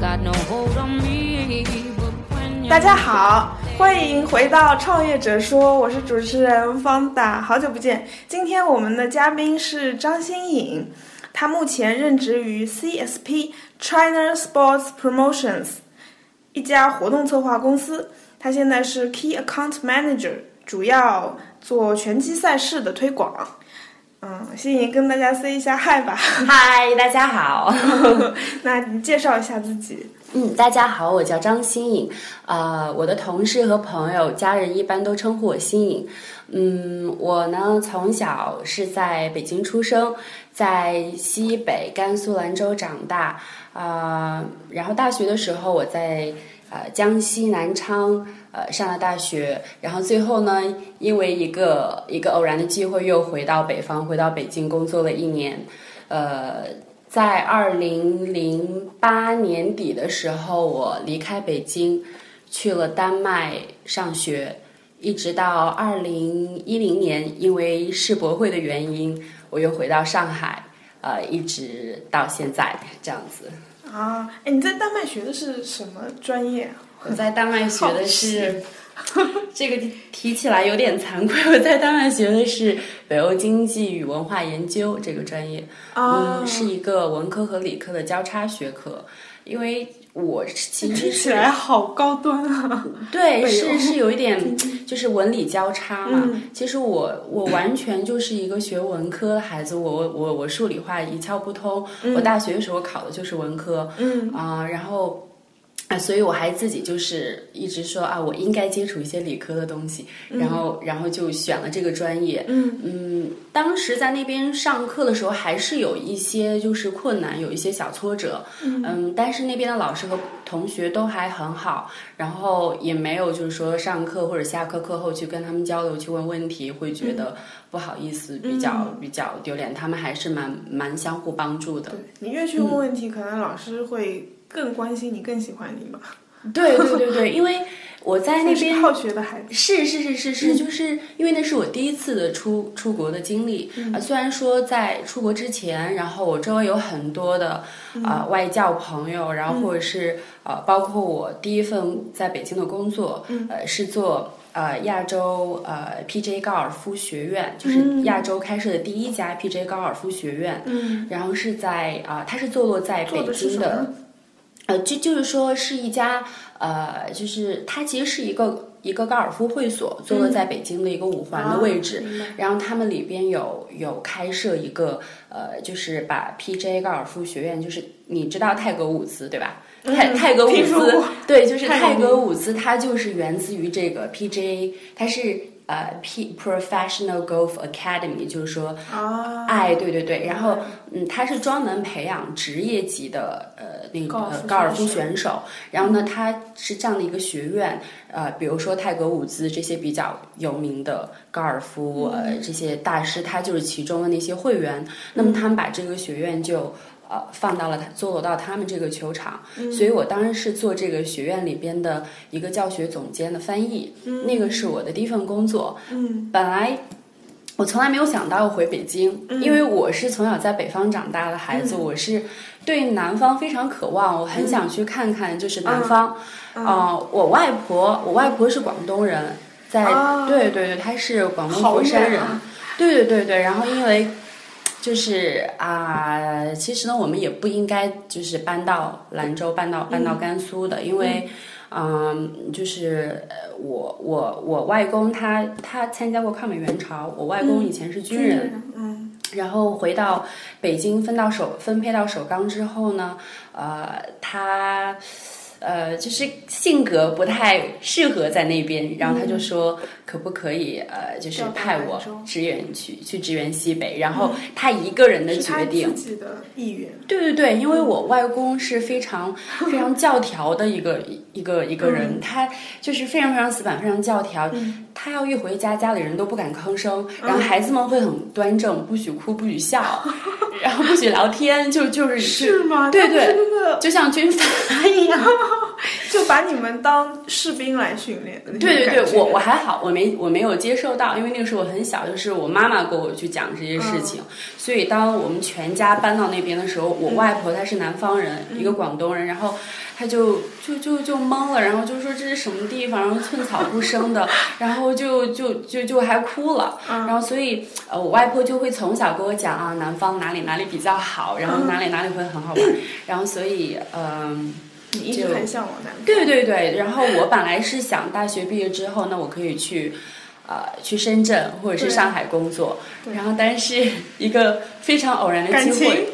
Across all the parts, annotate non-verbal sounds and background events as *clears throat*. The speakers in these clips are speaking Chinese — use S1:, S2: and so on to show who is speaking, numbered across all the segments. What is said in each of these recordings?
S1: got no hold on me. But when
S2: 大家好，欢迎回到《创业者说》，我是主持人方达，好久不见。今天我们的嘉宾是张新颖，他目前任职于 CSP China Sports Promotions 一家活动策划公司，他现在是 Key Account Manager，主要做拳击赛事的推广。嗯，新颖跟大家 say 一下嗨吧。
S3: 嗨，大家好。
S2: 那你介绍一下自己。
S3: 嗯，大家好，我叫张新颖。啊、我的同事和朋友、家人一般都称呼我新颖。嗯，我呢从小是在北京出生，在西北甘肃兰州长大。啊、然后大学的时候我在呃江西南昌呃上了大学，然后最后呢，因为一个一个偶然的机会又回到北方，回到北京工作了一年。呃，在二零零八年底的时候，我离开北京，去了丹麦上学，一直到二零一零年，因为世博会的原因，我又回到上海，呃，一直到现在这样子。
S2: 啊，哎，你在丹麦学的是什么专业啊？
S3: 我在丹麦学的是， *laughs* 这个提起来有点惭愧，我在丹麦学的是北欧经济与文化研究这个专业。
S2: 啊
S3: 嗯，是一个文科和理科的交叉学科，因为我其实
S2: 听起
S3: 是
S2: 来好高端啊！
S3: 对
S2: 北欧
S3: 是是有
S2: *laughs*
S3: 一点就是文理交叉嘛。
S2: 嗯
S3: 其实我我完全就是一个学文科的孩子，我我我数理化一窍不通。我大学的时候考的就是文科，
S2: 嗯
S3: 啊、然后。啊，所以我还自己就是一直说啊，我应该接触一些理科的东西，然后然后就选了这个专业。
S2: 嗯
S3: 嗯，当时在那边上课的时候，还是有一些就是困难，有一些小挫折。嗯，但是那边的老师和同学都还很好，然后也没有就是说上课或者下课课后去跟他们交流去问问题，会觉得不好意思，比较比较丢脸。他们还是蛮蛮相互帮助的。
S2: 你越去问问题，可能老师会更关心你，更喜欢你吧。
S3: 对对对对，因为我在那
S2: 你是
S3: 边
S2: 好学的孩子，
S3: 呃是是是是是，就是因为那是我第一次的出出国的经历、啊。虽然说在出国之前，然后我周围有很多的啊、呃外教朋友，然后或者是呃，包括我第一份在北京的工作，呃，是做呃亚洲呃 PJ 高尔夫学院，就是亚洲开设的第一家 PJ 高尔夫学院，
S2: 嗯，
S3: 然后是在啊、它是坐落在
S2: 做
S3: 北
S2: 的是
S3: 京
S2: 什
S3: 的
S2: 么？
S3: 呃，就就是说是一家呃，就是它其实是一个一个高尔夫会所，坐落
S2: 嗯
S3: 在北京的一个五环的位置。
S2: 啊明白
S3: 然后他们里边有有开设一个呃，就是把 PJ 高尔夫学院，就是你知道泰格伍兹对吧？
S2: 嗯
S3: 泰泰格伍
S2: 听说
S3: 兹
S2: 过
S3: 对，就是
S2: 泰格伍
S3: 泰
S2: 兹
S3: 格伍兹，它就是源自于这个 PJ，它是呃 P Professional Golf Academy，就是说
S2: 啊，
S3: 哎，对对对，然后嗯，他是专门培养职业级的呃那个
S2: 高尔夫
S3: 呃高尔夫
S2: 选手嗯
S3: 选手，然后呢，他是这样的一个学院，呃，比如说泰格伍兹这些比较有名的高尔夫
S2: 嗯
S3: 呃这些大师，他就是其中的那些会员，那么他们把这个学院就。呃，放到了他坐落到他们这个球场，
S2: 嗯
S3: 所以我当时是做这个学院里边的一个教学总监的翻译，那个是我的第一份工作。
S2: 嗯，
S3: 本来我从来没有想到要回北京，
S2: 嗯
S3: 因为我是从小在北方长大的孩子，我是对南方非常渴望，我很想去看看，就是南方。啊、
S2: 嗯
S3: 我外婆，我外婆是广东人，在、
S2: 啊
S3: 对对对，她是广东
S2: 好
S3: 佛山
S2: 远
S3: 人，
S2: 啊！
S3: 对对对对，然后因为。就是啊、其实呢，我们也不应该就是搬到兰州，搬到搬到甘肃的，因为，嗯、就是呃我我我外公他他参加过抗美援朝，我外公以前是军人，，
S2: 嗯
S3: 然后回到北京分到首分配到首钢之后呢，呃，他呃就是性格不太适合在那边，然后他就说可不可以呃就
S2: 嗯
S3: 是
S2: 调到
S3: 派
S2: 兰
S3: 我
S2: 州
S3: 支援去去支援西北，然后他一个人的
S2: 嗯是他
S3: 决定
S2: 自。己的意愿。
S3: 对对对，因为我外公是非常非常教条的一个一个一个人，他就是非常非常死板，非常教条。他要一回家，家里人都不敢吭声，然后孩子们会很端正，不许哭，不许笑， *laughs* 然后不许聊天，就就是
S2: *laughs* 是吗？
S3: 对
S2: 那不是
S3: 对，
S2: 那个
S3: 就像军阀一样。
S2: 就把把你们当士兵来训练的那种
S3: 对对
S2: 感
S3: 对，
S2: 觉
S3: 我我还好，我没我没有接受到，因为那个时候我很小，就是我妈妈给我去讲这些事情，
S2: 嗯
S3: 所以当我们全家搬到那边的时候，我外婆她是南方人，一个
S2: 嗯
S3: 广东人，然后她就就就就懵了，然后就说这是什么地方，然后寸草不生的，然后就就就就还哭了，
S2: 嗯
S3: 然后所以呃我外婆就会从小跟我讲啊南方哪里哪里比较好，然
S2: 嗯
S3: 后哪里哪里会很好玩，然后所以嗯。
S2: 你一直很向往南方。
S3: 对对对，然后我本来是想大学毕业之后呢，我可以去，呃，去深圳或者是上海工作，然后但是一个非常偶然的
S2: 感
S3: 机
S2: 情
S3: 会。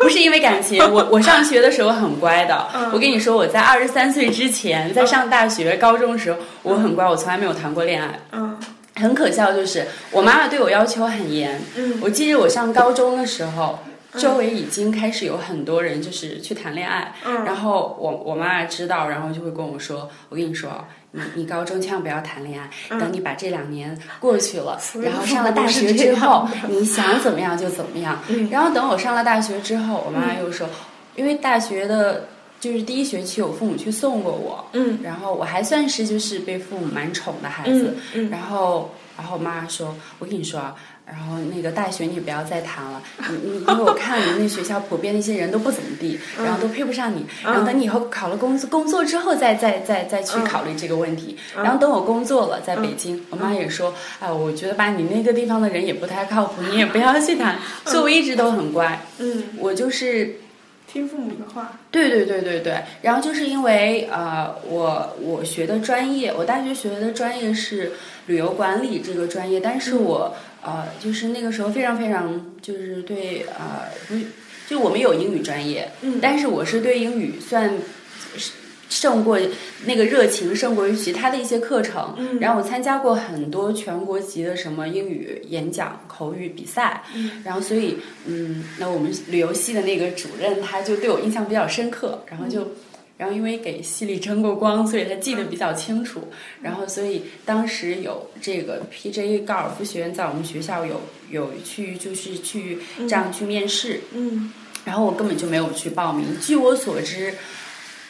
S3: 不是因为感情，我我上学的时候很乖的。
S2: 嗯
S3: 我跟你说，我在二十三岁之前，在上大学、高中的时候，我很乖，我从来没有谈过恋爱。
S2: 嗯
S3: 很可笑，就是我妈妈对我要求很严。
S2: 嗯
S3: 我记得我上高中的时候，周围已经开始有很多人就是去谈恋爱，
S2: 嗯
S3: 然后我我妈妈知道，然后就会跟我说：“我跟你说啊，你你高中千万不要谈恋爱，等你把这两年过去了，
S2: 嗯以
S3: 然后上了大学之后，你想怎么样就怎么样。
S2: 嗯
S3: 然后等我上了大学之后，我妈妈又说，因为大学的。就是第一学期，我父母去送过我，
S2: 嗯，
S3: 然后我还算是就是被父母蛮宠的孩子
S2: 嗯，嗯
S3: 然后然后我妈说，我跟你说啊，然后那个大学你不要再谈了，你你因为我看你们那学校普遍那些人都不怎么地，然后都配不上你，然后等你以后考了工作工作之后再再再再去考虑这个问题，然后等我工作了在北京，我妈也说，啊，我觉得吧你那个地方的人也不太靠谱，你也不要去谈，所以我一直都很乖，
S2: 嗯，
S3: 我就是
S2: 听父母的话。
S3: 对对对对对，然后就是因为呃，我我学的专业，我大学学的专业是旅游管理这个专业，但是我、呃，就是那个时候非常非常就是对呃，不是就我们有英语专业，
S2: 嗯
S3: 但是我是对英语算是胜过那个热情，胜过于其他的一些课程。
S2: 嗯
S3: 然后我参加过很多全国级的什么英语演讲、口语比赛。
S2: 嗯
S3: 然后所以嗯，那我们旅游系的那个主任他就对我印象比较深刻，然后就。
S2: 嗯
S3: 然后因为给系里争过光，所以他记得比较清楚。
S2: 嗯
S3: 然后所以当时有这个 PJ 高尔夫学院在我们学校有有去就是去这样去面试，
S2: 嗯
S3: 然后我根本就没有去报名。据我所知，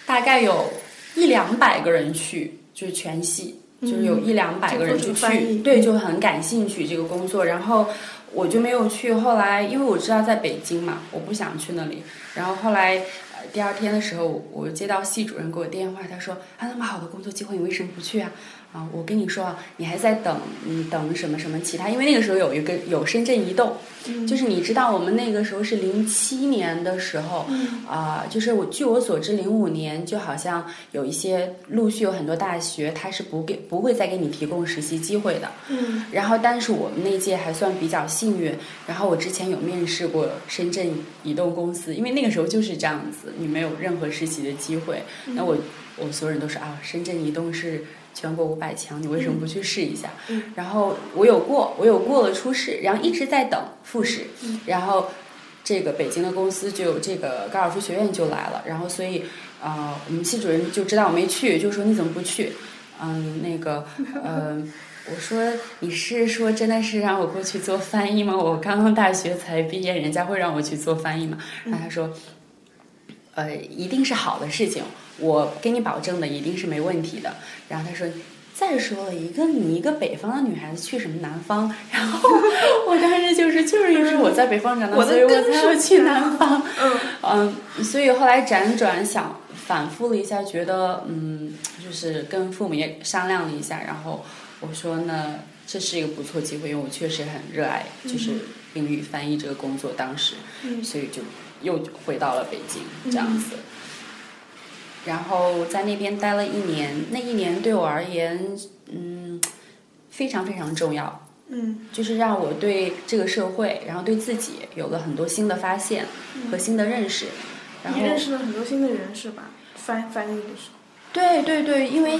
S3: 大概有一两百个人去，就是全系，就是有一两百个人
S2: 嗯就
S3: 就
S2: 各
S3: 去
S2: 种，翻译
S3: 对，就很感兴趣这个工作。然后我就没有去。后来因为我知道在北京嘛，我不想去那里。然后后来。呃第二天的时候，我接到系主任给我电话，他说：“啊，那么好的工作机会，你为什么不去啊？”啊，我跟你说啊，你还在等，你等什么什么其他？因为那个时候有一个有深圳移动，就是你知道我们那个时候是零七年的时候，啊、就是我据我所知，零五年就好像有一些陆续有很多大学，它是不给不会再给你提供实习机会的。
S2: 嗯
S3: 然后，但是我们那届还算比较幸运。然后我之前有面试过深圳移动公司，因为那个时候就是这样子，你没有任何实习的机会。那我我所有人都说啊，深圳移动是全国五百强，你为什么不去试一下？然后我有过，我有过了初试，然后一直在等复试，然后这个北京的公司就有这个高尔夫学院就来了，然后所以呃，我们系主任就知道我没去，就说你怎么不去？嗯，那个，嗯，我说你是说真的是让我过去做翻译吗？我刚刚大学才毕业，人家会让我去做翻译吗？然后他说，呃，一定是好的事情，我跟你保证的，一定是没问题的。然后他说。再说了，一个你一个北方的女孩子去什么南方？ *laughs* 然后我当时就是就是因为我在北方长大，
S2: 我的
S3: 所以我
S2: 根
S3: 才
S2: 是
S3: 要去南方。
S2: 嗯
S3: 嗯，所以后来辗转想反复了一下，觉得嗯，就是跟父母也商量了一下，然后我说呢，这是一个不错机会，因为我确实很热爱就是英语翻译这个工作，当时，
S2: 嗯
S3: 所以就又回到了北京这样子。然后在那边待了一年，那一年对我而言，嗯，非常非常重要。
S2: 嗯
S3: 就是让我对这个社会，然后对自己有了很多新的发现和新的认识。然
S2: 你
S3: 后，
S2: 认识了很多新的人是吧？翻翻译的时候，
S3: 对对对，因为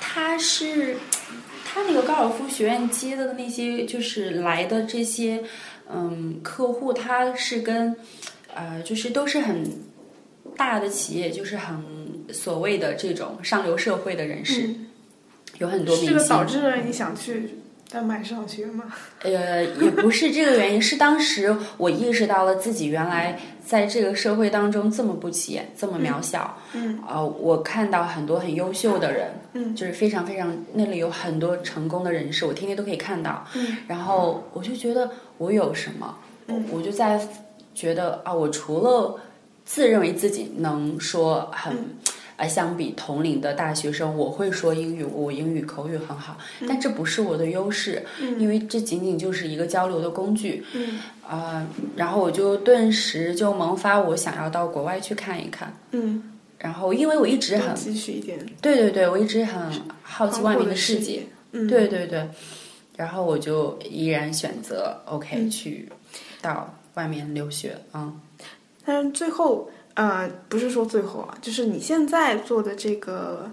S3: 他是他那个高尔夫学院接的那些，就是来的这些嗯客户，他是跟呃就是都是很大的企业，就是很所嗯谓的这种上流社会的人士，有很多
S2: 嗯这
S3: 明
S2: 个
S3: 星
S2: 导。致了你想去但买上学嘛，
S3: 呃，也不是这个原因，是当时我意识到了自己原来在这个社会当中这么不起眼，这么渺小。嗯，呃，我看到很多很优秀的人，嗯，就是非常非常那里有很多成功的人士，我天天都可以看到。嗯，然后我就觉得我有什么，我就在觉得啊，我除了自认为自己能说很。啊，相比同龄的大学生，我会说英语，我英语口语很好，但这不是我的优势，因为这仅仅就是一个交流的工具。嗯，啊、然后我就顿时就萌发我想要到国外去看一看。
S2: 嗯，
S3: 然后，因为我一直
S2: 多
S3: 很，
S2: 积蓄一点，
S3: 对对对，我一直很好奇
S2: 宽
S3: 外
S2: 阔
S3: 面的
S2: 世
S3: 世界。。
S2: 嗯，
S3: 对对对，然后我就依然选择 OK、去到外面留学。嗯，
S2: 但是最后，呃，不是说最后啊，就是你现在做的这个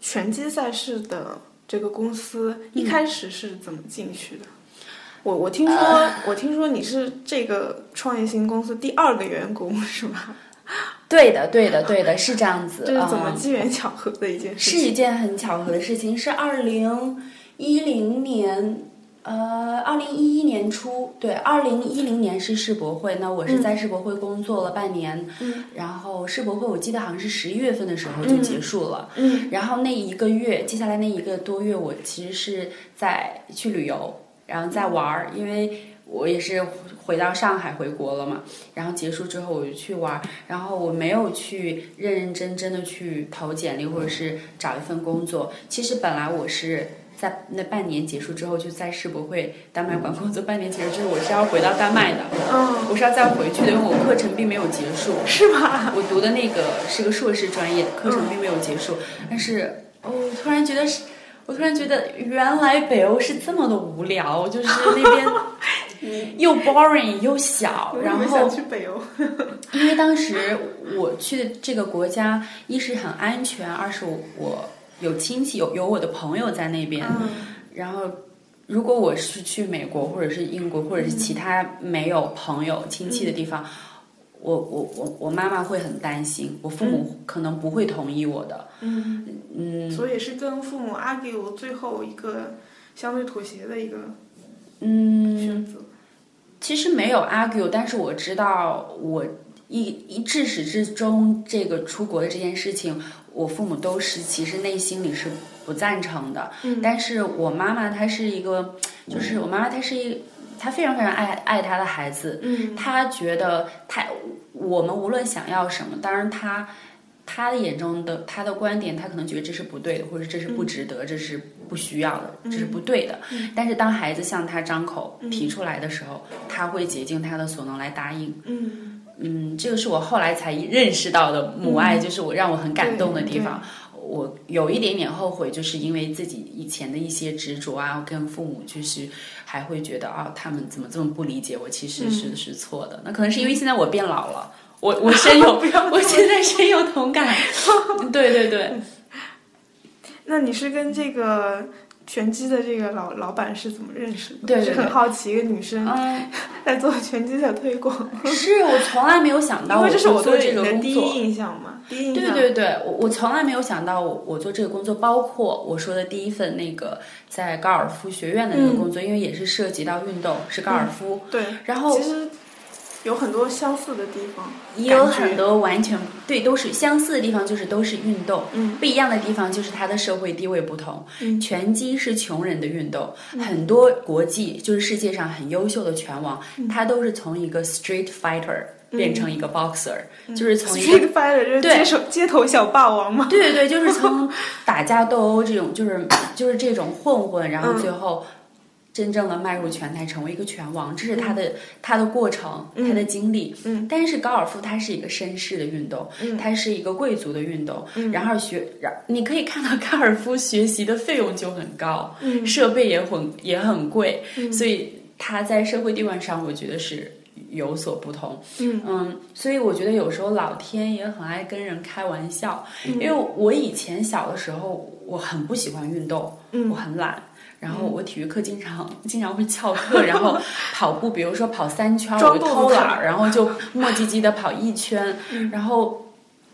S2: 拳击赛事的这个公司，一开始是怎么进去的？
S3: 嗯
S2: 我我听说，
S3: 呃
S2: 我听说你是这个创业型公司第二个员工是
S3: *laughs*
S2: 吧？
S3: 对的对的对的，是这样子。
S2: 这是怎么
S3: 嗯
S2: 机缘巧合的一件事
S3: 是
S2: 情？
S3: 一件很巧合的事情，是二零一零年，呃，二零一一年初，对，二零一零年是世博会，那我是在世博会工作了半年，
S2: 嗯，
S3: 然后世博会我记得好像是十一月份的时候就结束了，
S2: 嗯，
S3: 然后那一个月，接下来那一个多月，我其实是在去旅游，然后在玩儿，因为。我也是回到上海回国了嘛，然后结束之后我就去玩儿，然后我没有去认认真真的去投简历或者是找一份工作。其实本来我是在那半年结束之后就在世博会丹麦馆工作半年，其实就是我是要回到丹麦的，
S2: 嗯，
S3: 我是要再回去的，因为我课程并没有结束。
S2: 是吧？
S3: 我读的那个是个硕士专业，课程并没有结束，但是哦我突然觉得是，我突然觉得原来北欧是这么的无聊，就是那边嗯 *laughs* 又 boring 又小，然
S2: 我
S3: 后
S2: 想去北欧。
S3: 因为当时我去这个国家，一是很安全，二是我有亲戚有有我的朋友在那边，
S2: 嗯
S3: 然后。如果我是去美国或者是英国或者是其他没有朋友亲戚的地方，我我我我妈妈会很担心，我父母可能不会同意我的。
S2: 嗯，
S3: 嗯
S2: 所以也是跟父母 argue 最后一个相对妥协的一个
S3: 嗯，
S2: 选择。
S3: 其实没有 argue，但是我知道我一一至始至终这个出国的这件事情，我父母都是其实内心里是不赞成的。
S2: 嗯
S3: 但是我妈妈她是一个，就是我妈妈她是一，她非常非常爱爱她的孩子，
S2: 嗯
S3: 他觉得他我们无论想要什么，当然他他的眼中的他的观点，他可能觉得这是不对的，或者这是不值得，这是不需要的，这是不对的。但是当孩子向他张口提出来的时候，他会竭尽他的所能来答应。
S2: 嗯。
S3: 嗯，这个是我后来才认识到的母
S2: 嗯
S3: 爱，就是我让我很感动的地方。我有一点点后悔，就是因为自己以前的一些执着啊，跟父母就是还会觉得啊、他们怎么这么不理解我，其实
S2: 嗯
S3: 是、是错的。那可能是因为现在我变老了，
S2: *laughs*
S3: 我我深有，我现在深有同感。 *laughs* 对对
S2: *laughs*
S3: 对，
S2: 那你是跟这个拳击的这个老老板是怎么认识的？
S3: 对对
S2: 是很好奇一个女生
S3: 嗯，
S2: *laughs* 在做拳击的推广，
S3: 是我从来没有想到
S2: 因为这是
S3: 我
S2: 我
S3: 会做
S2: 对
S3: 这
S2: 你
S3: 个
S2: 的
S3: 工
S2: 第
S3: 作
S2: 一。印象嘛，第一印
S3: 对
S2: 象。
S3: 对对，我我从来没有想到我我做这个工作，包括我说的第一份那个在高尔夫学院的
S2: 嗯
S3: 那个工作，因为也是涉及到运动，是高尔夫，
S2: 对
S3: 然后
S2: 嗯其实有很多相似的地方，
S3: 也有
S2: 感觉
S3: 很多完全对都是相似的地方，就是都是运动。
S2: 嗯
S3: 不一样的地方就是它的社会地位不同。
S2: 嗯
S3: 拳击是穷人的运动，很多国际就是世界上很优秀的拳王，
S2: 嗯
S3: 他都是从一个 street fighter 变成一个 boxer，、就是从一
S2: 嗯
S3: 个
S2: Street Fighter 就是
S3: 对
S2: 街手街头小霸王嘛。
S3: 对对对，就是
S2: *laughs*
S3: 从打架斗殴这种，就是就是这种混混，然后
S2: 嗯
S3: 最后真正的迈入拳台，成为一个拳王，这是他的、他的过程，他的经历。
S2: 嗯，
S3: 但是高尔夫它是一个绅士的运动，
S2: 嗯
S3: 它是一个贵族的运动，然后学，然你可以看到高尔夫学习的费用就很高，
S2: 嗯
S3: 设备也很也很贵，所以它在社会地位上，我觉得是。有所不同，
S2: 嗯
S3: 所以我觉得有时候老天也很爱跟人开玩笑，
S2: 嗯
S3: 因为我以前小的时候，我很不喜欢运动，
S2: 嗯
S3: 我很懒，然后我体育课经常经常会
S2: *laughs*
S3: 翘课，然后跑步，比如说跑三圈，我
S2: 装肚
S3: 就
S2: 子嗯
S3: 偷懒
S2: 跑 *laughs*
S3: 儿，然后就磨唧唧的跑一圈，然后。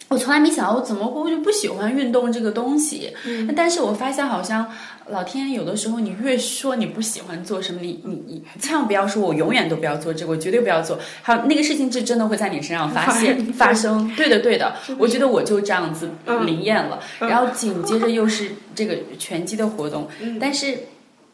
S3: 我从来没想到我怎么会就不喜欢运动这个东西，嗯、但是我发现好像老天有的时候你越说你不喜欢做什么，你你你千万不要说我永远都不要做这个，我绝对不要做。还有那个事情是真的会在你身上发现发生，对的对的，嗯我觉得我就这样子灵验了。然后紧接着又是这个拳击的活动，但是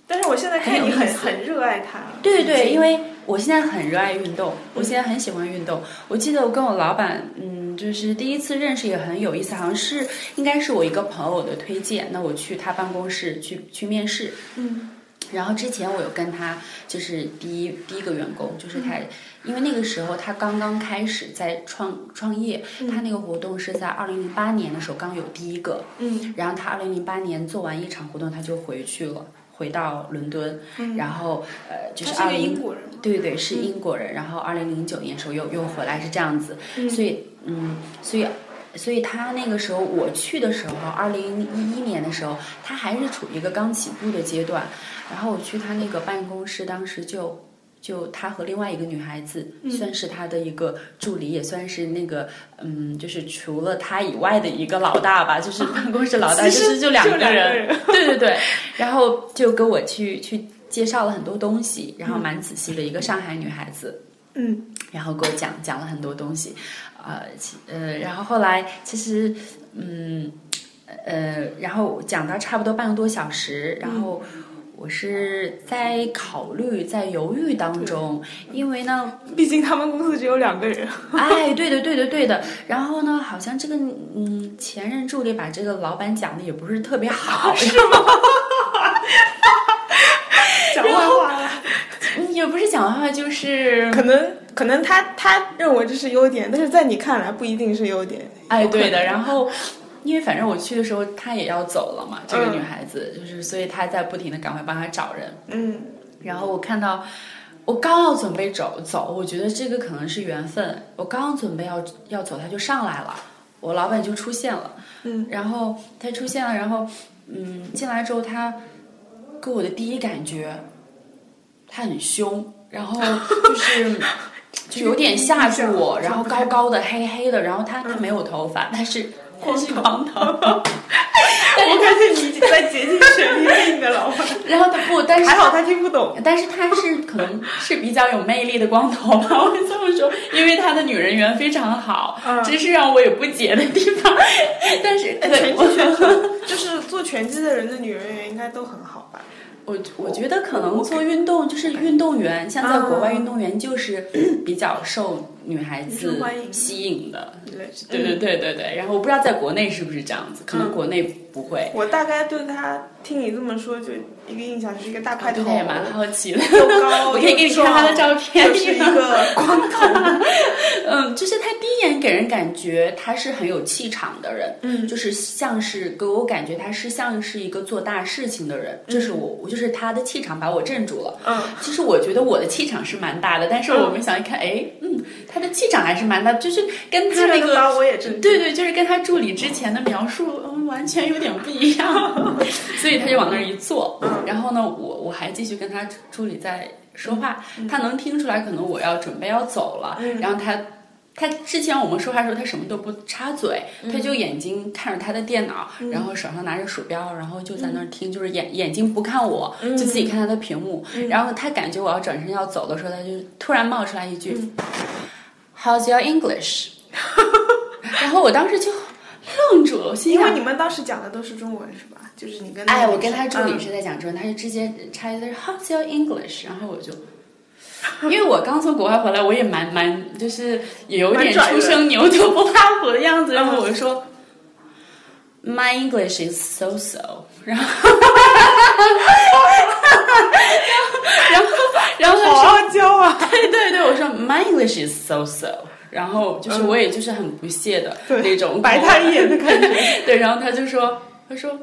S2: 但是我现在看你很
S3: 很有意思
S2: 很热爱它，
S3: 对对，因为我现在很热爱运动，我现在很喜欢运动。我记得我跟我老板，嗯，就是第一次认识也很有意思，好像是应该是我一个朋友的推荐，那我去他办公室去去面试，
S2: 嗯，
S3: 然后之前我有跟他就是第一第一个员工，就是他，
S2: 嗯
S3: 因为那个时候他刚刚开始在创创业，
S2: 嗯
S3: 他那个活动是在二零零八年的时候刚有第一个，
S2: 嗯，
S3: 然后他二零零八年做完一场活动他就回去了，回到伦敦，然后呃就是
S2: 嗯他
S3: 二
S2: 是一个
S3: 零
S2: 英国人嗯吗？
S3: 对对，是英国人。然后二零零九年的时候又又回来，是这样子。所以嗯，所以所以他那个时候我去的时候，二零一一年的时候，他还是处于一个刚起步的阶段。然后我去他那个办公室，当时就。就他和另外一个女孩子，
S2: 嗯
S3: 算是他的一个助理，也算是那个，嗯，就是除了他以外的一个老大吧，就是办公室老大，
S2: *laughs* 其
S3: 就
S2: 实
S3: 是
S2: 就
S3: 两个
S2: 两个
S3: 人
S2: 人，
S3: *laughs* 对对对，然后就跟我去去介绍了很多东西，然后蛮仔细的一个上海女孩子，
S2: 嗯，
S3: 然后给我讲讲了很多东西，呃其呃，然后后来其实嗯呃，然后讲到差不多半个多小时，然后。我是在考虑，在犹豫当中，因为呢，
S2: *laughs* 毕竟他们公司只有两个
S3: *laughs*
S2: 人，
S3: 哎，对的，对的，对的。然后呢，好像这个嗯，前任助理把这个老板讲的也不是特别好， *laughs* 是吗？
S2: 讲坏话了。
S3: *laughs* 也不是讲话，就是
S2: 可能可能他他认为这是优点，但是在你看来不一定是优点。
S3: 哎，
S2: 有可能
S3: 对的。然后，因为反正我去的时候她也要走了嘛，这个女孩子、就是，所以她在不停的赶快帮她找人。 *laughs*
S2: 嗯，
S3: 然后我看到，我刚要准备走走，我觉得这个可能是缘分。我刚准备要要走，他就上来了，我老板就出现了。
S2: 嗯，
S3: 然后他出现了，然后嗯，进来之后他给我的第一感觉，他很凶，然后就是。
S2: *laughs*
S3: 就有点吓住我，然后高高的、黑黑的，然后他他没有头
S2: 嗯
S3: 发，他是他是光头， *laughs*
S2: 我看见你已经在竭尽全力对你的老板，
S3: 然后他不，但是
S2: 还好他听不懂。
S3: 但是他是可能是比较有魅力的光头吧， *laughs* 我会这么说，因为他的女人缘非常好，
S2: 嗯哎
S3: 这是让我有不解的地方。但是，对
S2: 拳击
S3: 我
S2: 选
S3: *laughs*
S2: 手就是做拳击的人的女人缘应该都很好吧？
S3: 我我觉得可能做运动就是运动员，像在国外
S2: 嗯
S3: 运动员就是比较受女孩子
S2: 受欢迎
S3: 吸引的。
S2: 对
S3: 对对对对对，然后我不知道在国内是不是这样子，可能
S2: 嗯
S3: 国内不会。
S2: 我大概对他听你这么说，就一个印象就是一个大块头，
S3: 啊对他也蛮好奇的，
S2: 又高，
S3: *laughs* 我可以给你看他的照片。
S2: 又是一
S3: *laughs*
S2: 个光头。 *laughs*
S3: 嗯，就是他第一眼给人感觉他是很有气场的人，
S2: 嗯
S3: 就是像是给我感觉他是像是一个做大事情的人，这是我，我就是他的气场把我镇住了。
S2: 嗯，
S3: 其实我觉得我的气场是蛮大的，但是我没想一看，哎，嗯，他的气场还是蛮大，就是跟他
S2: 这
S3: 那
S2: 个
S3: 个。
S2: 包我也真
S3: 对对，就是跟他助理之前的描述，嗯，完全有点不一样， *laughs* 所以他就往那儿一坐，然后呢，我我还继续跟他助理在说话，他能听出来，可能我要准备要走了，然后他。他之前我们说话的时候，他什么都不插嘴，他就眼睛看着他的电脑，然后手上拿着鼠标，然后就在那儿听，就是眼眼睛不看我，就自己看他的屏幕。然后他感觉我要转身要走的时候，他就突然冒出来一句、h o w s your English？” 然后我当时就愣住了，我心
S2: 因为
S3: 想
S2: 你。们当时讲的都是中文是吧？就是嗯你跟那个
S3: 哎，
S2: 女
S3: 我跟他
S2: 生
S3: 助理是在讲中文，他就直接插一句 “How's your English”，然后我就，因为我刚从国外回来，我也蛮蛮就是也有点
S2: 蛮拽的嗯
S3: 初生牛犊不怕虎的样子，然后我就说，My English is so so，然 *laughs* 后，然后， *laughs* 然后，然
S2: 嗯
S3: 后
S2: 好傲娇啊！
S3: *laughs* 对对对，我说 My English is so so，然后就是我也就是很不屑的那种
S2: 嗯白他一眼的感觉。
S3: *laughs* 对，然后他就说，他说，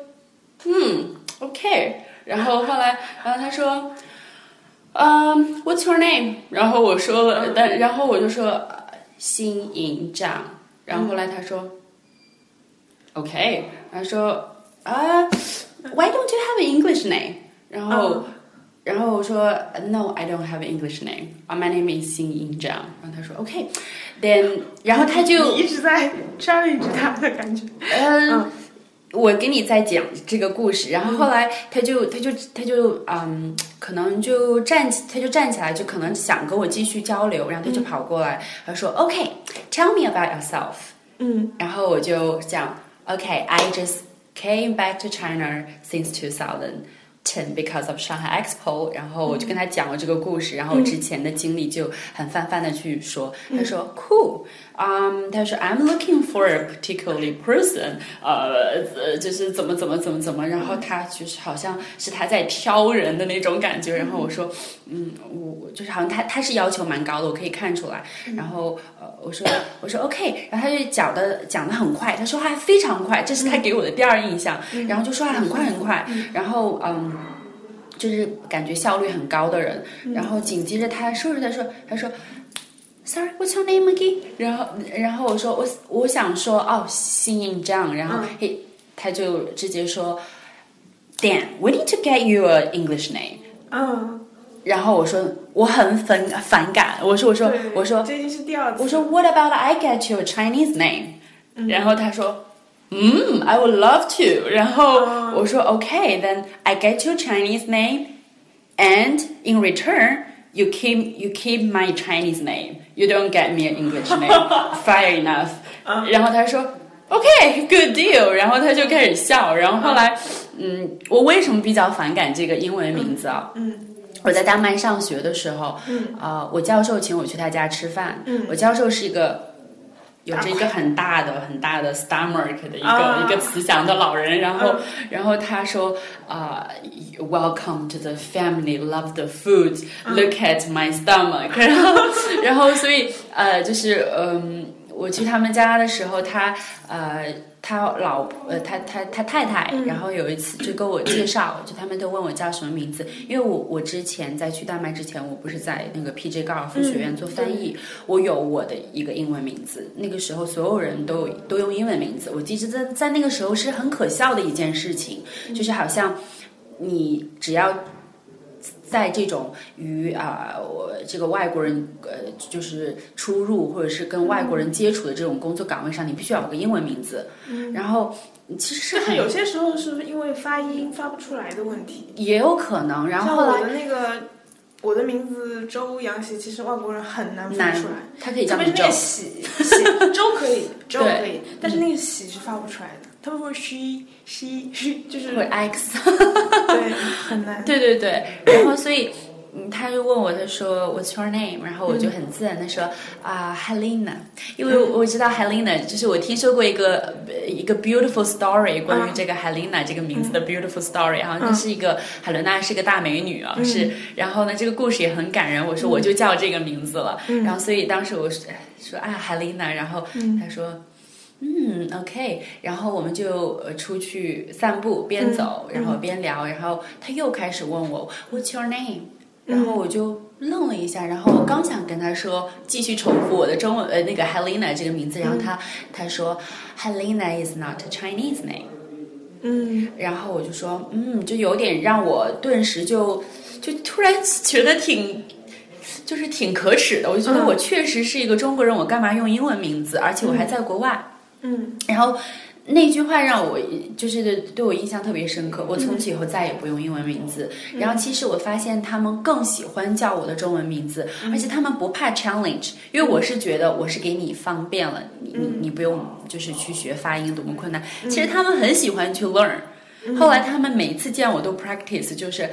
S3: 嗯，OK。然后后来，然后他说，嗯、w h a t s your name？然后我说
S2: 嗯
S3: 了，但然后我就说，呃新营长。然后后来他说、o k
S2: 嗯
S3: 然后说，啊、w h y don't you have an English name？然后。然后我说 No, I don't have an English name. Uh, My name is Xin Ying Zhang. 然后他说 OK, then，然后他就
S2: 你一直在 challenge 他的感觉。
S3: 嗯，我给你再讲这个故事。然后后来他就他就他就嗯，可能就站起他就站起来，就可能想跟我继续交流，然后他就跑过来，他说 OK, tell me about yourself.
S2: 嗯
S3: 然后我就讲 OK, I just came back to China since 2000. Ten because of Shanghai Expo，然后我就跟他讲了这个故事，然后我之前的经历就很泛泛的去说。他说 Cool，嗯、他说 I'm looking for a particularly person，呃，呃就是怎么怎么怎么怎么，然后他就是好像是他在挑人的那种感觉，然后我说，嗯，我就是好像他他是要求蛮高的，我可以看出来。然后呃，我说我说 OK，然后他就讲的讲的很快，他说话非常快，这是他给我的第二印象，然后就说话很快很快，然后嗯嗯。就是感觉效率很高的人，然后紧接着他说着他说他说，Sorry, what's your name again？然后然后我说我我想说哦，新印章，然后嘿、他就直接说，Dan, we need to get you a English name。
S2: 嗯，
S3: 然后我说我很反反感，我说我说
S2: 对
S3: 我说
S2: 这已经是第二次。
S3: 我说 What about I get you a Chinese name？、然后他说，嗯，I would love to。然后
S2: 哦
S3: 我说 OK，then、I get you a Chinese name，and in return you keep you keep my Chinese name，you don't get me an English name，fair enough。然后他说。OK，good、deal。然后他就开始笑，然后后来，嗯，我为什么比较反感这个英文名字啊？
S2: 嗯
S3: 我在丹麦上学的时候，嗯，啊，我教授请我去他家吃饭，
S2: 嗯
S3: 我教授是一个有着一个很大的很大的 stomach 的一个、
S2: 啊
S3: 一个慈祥的老人，然后、
S2: 嗯
S3: 然后他说啊、w e l c o m e to the family, love the food, look at my stomach，、然 *laughs* 后然后所以呃就是嗯、我去他们家的时候，他呃。他老婆呃，他他他太太，然后有一次就跟我介绍，就他们都问我叫什么名字，因为我我之前在去丹麦之前，我不是在那个 PJ 高尔夫学
S2: 嗯
S3: 院做翻译，我有我的一个英文名字，那个时候所有人都有都用英文名字，我其实在在那个时候是很可笑的一件事情，
S2: 嗯
S3: 就是好像你只要在这种与啊、我这个外国人呃，就是出入或者是跟外
S2: 嗯
S3: 国人接触的这种工作岗位上，你必须要有个英文名字。然后其实是
S2: 就是
S3: 很
S2: 嗯有些时候是因为发音发不出来的问题。
S3: 也有可能，然后
S2: 像我
S3: 后来
S2: 的那个我的名字周杨喜，其实外国人很难发
S3: 难
S2: 出来，
S3: 他可以
S2: 特
S3: 叫
S2: 别
S3: 你
S2: 是那
S3: 周
S2: 个，喜喜周可
S3: *laughs*
S2: 以，周可以，但是那个喜是发不出来的，他们会 she she she，就是
S3: 会 X。
S2: 对很
S3: *laughs*
S2: 难。
S3: 对对对，然后所以。嗯，他就问我，他说 What's your name？然后我就很自然的说啊、h e l e n a 因为我知道 Helena，就是我听说过一个呃一个 beautiful story 关于这个 Helena 这个名字的 beautiful story，好像她是一个海伦娜是个大美女啊，是，然后呢这个故事也很感人，我说我就叫这个名字了，然后所以当时我说说啊 Helena，然后他说。嗯，OK，然后我们就呃出去散步，边走、然后边聊，然后他又开始问我 What's your name？然
S2: 嗯
S3: 后我就愣了一下，然后我刚想跟他说继续重复我的中文呃那个 Helena 这个名字，然后他、他说 Helena is not a Chinese name，
S2: 嗯，
S3: 然后我就说嗯，就有点让我顿时就就突然觉得挺。就是挺可耻的，我就觉得
S2: 嗯
S3: 我确实是一个中国人，我干嘛用英文名字？而且我还在国外，
S2: 嗯
S3: 然后那句话让我就是对我印象特别深刻，我从此以后再也不用英文名字。然后其实我发现他们更喜欢叫我的中文名字，而且他们不怕 challenge，因为我是觉得我是给你方便了，你你你不用就是去学发音多么困难。其实他们很喜欢去 learn，后来他们每次见我都 practice，就是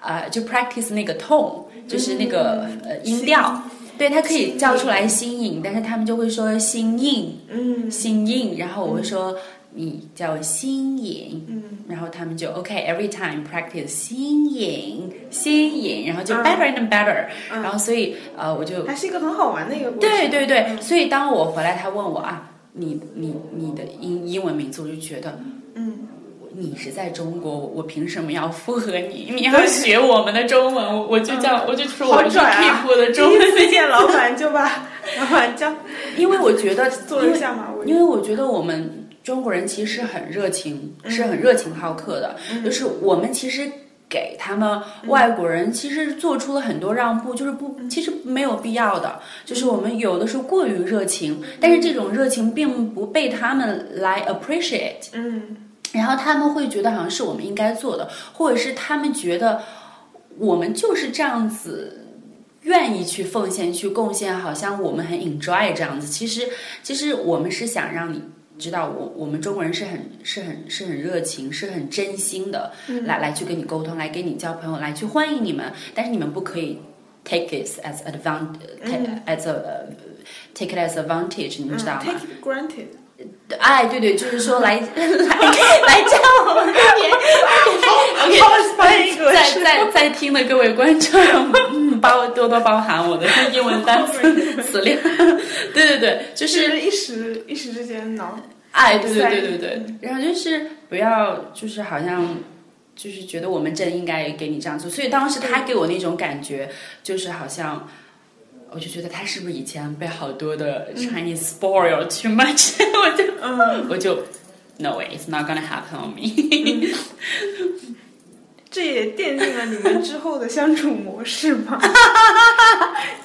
S3: 啊、呃就 practice 那个 tone，就是那个呃音调。对，他可以叫出来新颖，但是他们就会说新颖，
S2: 嗯
S3: 新颖，然后我会说你叫我新颖，
S2: 嗯
S3: 然后他们就 OK，every、time practice 新颖，新颖，然后就
S2: 嗯
S3: better and better，、
S2: 嗯
S3: 然后所以呃我就
S2: 还是一个很好玩的一个故事。
S3: 对对对，所以当我回来，他问我啊，你你你的英英文名字，我就觉得
S2: 嗯，
S3: 你是在中国，我我凭什么要附和你？你要学我们的中文，我我就叫、我就说
S2: 好
S3: 我是
S2: 拽啊
S3: keep *laughs* 我的
S2: 第
S3: 中
S2: *laughs*
S3: 文
S2: 一，次见老板就把老板叫
S3: 因为我觉得
S2: 做了一下马威
S3: 因。为我觉得我们中国人其实很热情，是很热情好客的，就是我们其实。给他们外国人，其实做出了很多让步，就是不，其实没有必要的。就是我们有的时候过于热情，但是这种热情并不被他们来 appreciate，
S2: 嗯
S3: 然后他们会觉得好像是我们应该做的，或者是他们觉得我们就是这样子。愿意去奉献、去贡献，好像我们很 enjoy 这样子。其实，其实我们是想让你知道我，我们中国人是很、是很、是很热情、是很真心的，来来去跟你沟通，来跟你交朋友，来去欢迎你们。但是你们不可以 take this as advantage、as a take it as advantage，你们嗯知道吗？
S2: 嗯，take it granted。
S3: 哎，对对，就是说来 *laughs* 来来教我们的年 OK，
S2: 好翻译格
S3: 在在在听的各位观众，嗯， *laughs* 包多多包涵我的英文单 *laughs* 词词量。对对对，就是
S2: 一时一时之间挠。
S3: 哎，对对对对对
S2: 嗯，
S3: 然后就是不要，就是好像。就是觉得我们真应该给你这样做，所以当时他给我那种感觉，就是好像，我就觉得他是不是以前被好多的 Chinese spoil too much，我 *laughs* 就
S2: 嗯，
S3: 我就 No way, it's not gonna happen on me
S2: 这也奠定了你们之后的相处模式
S3: *laughs*
S2: 吧？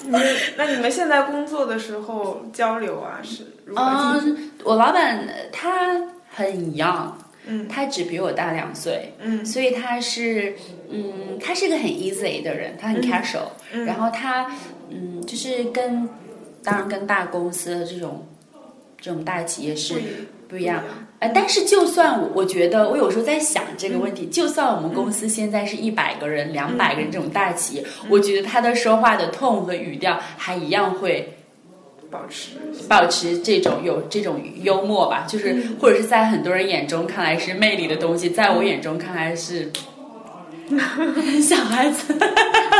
S2: 你们那你们现在工作的时候交流啊是如何进行？
S3: 嗯，我老板呃他很 young，
S2: 嗯
S3: 他只比我大两岁，
S2: 嗯
S3: 所以他是，嗯，他是个很 easy 的人，他很
S2: 嗯
S3: casual，、
S2: 嗯
S3: 然后他，嗯，就是跟，当然跟大公司的这种，这种大企业是
S2: 不一
S3: 不一样。呃，但是就算我，我觉得我有时候在想这
S2: 嗯
S3: 个问题，就算我们公司现在是一百个人、两
S2: 嗯
S3: 百、个人这种大企业，我觉得他的说话的 tone 和语调还一样会
S2: 保
S3: *laughs*
S2: 持
S3: 保持这种有这种幽默吧，就是、
S2: 嗯
S3: 或者是在很多人眼中看来是魅力的东西，在我眼中看来是小
S2: *laughs*
S3: 孩子，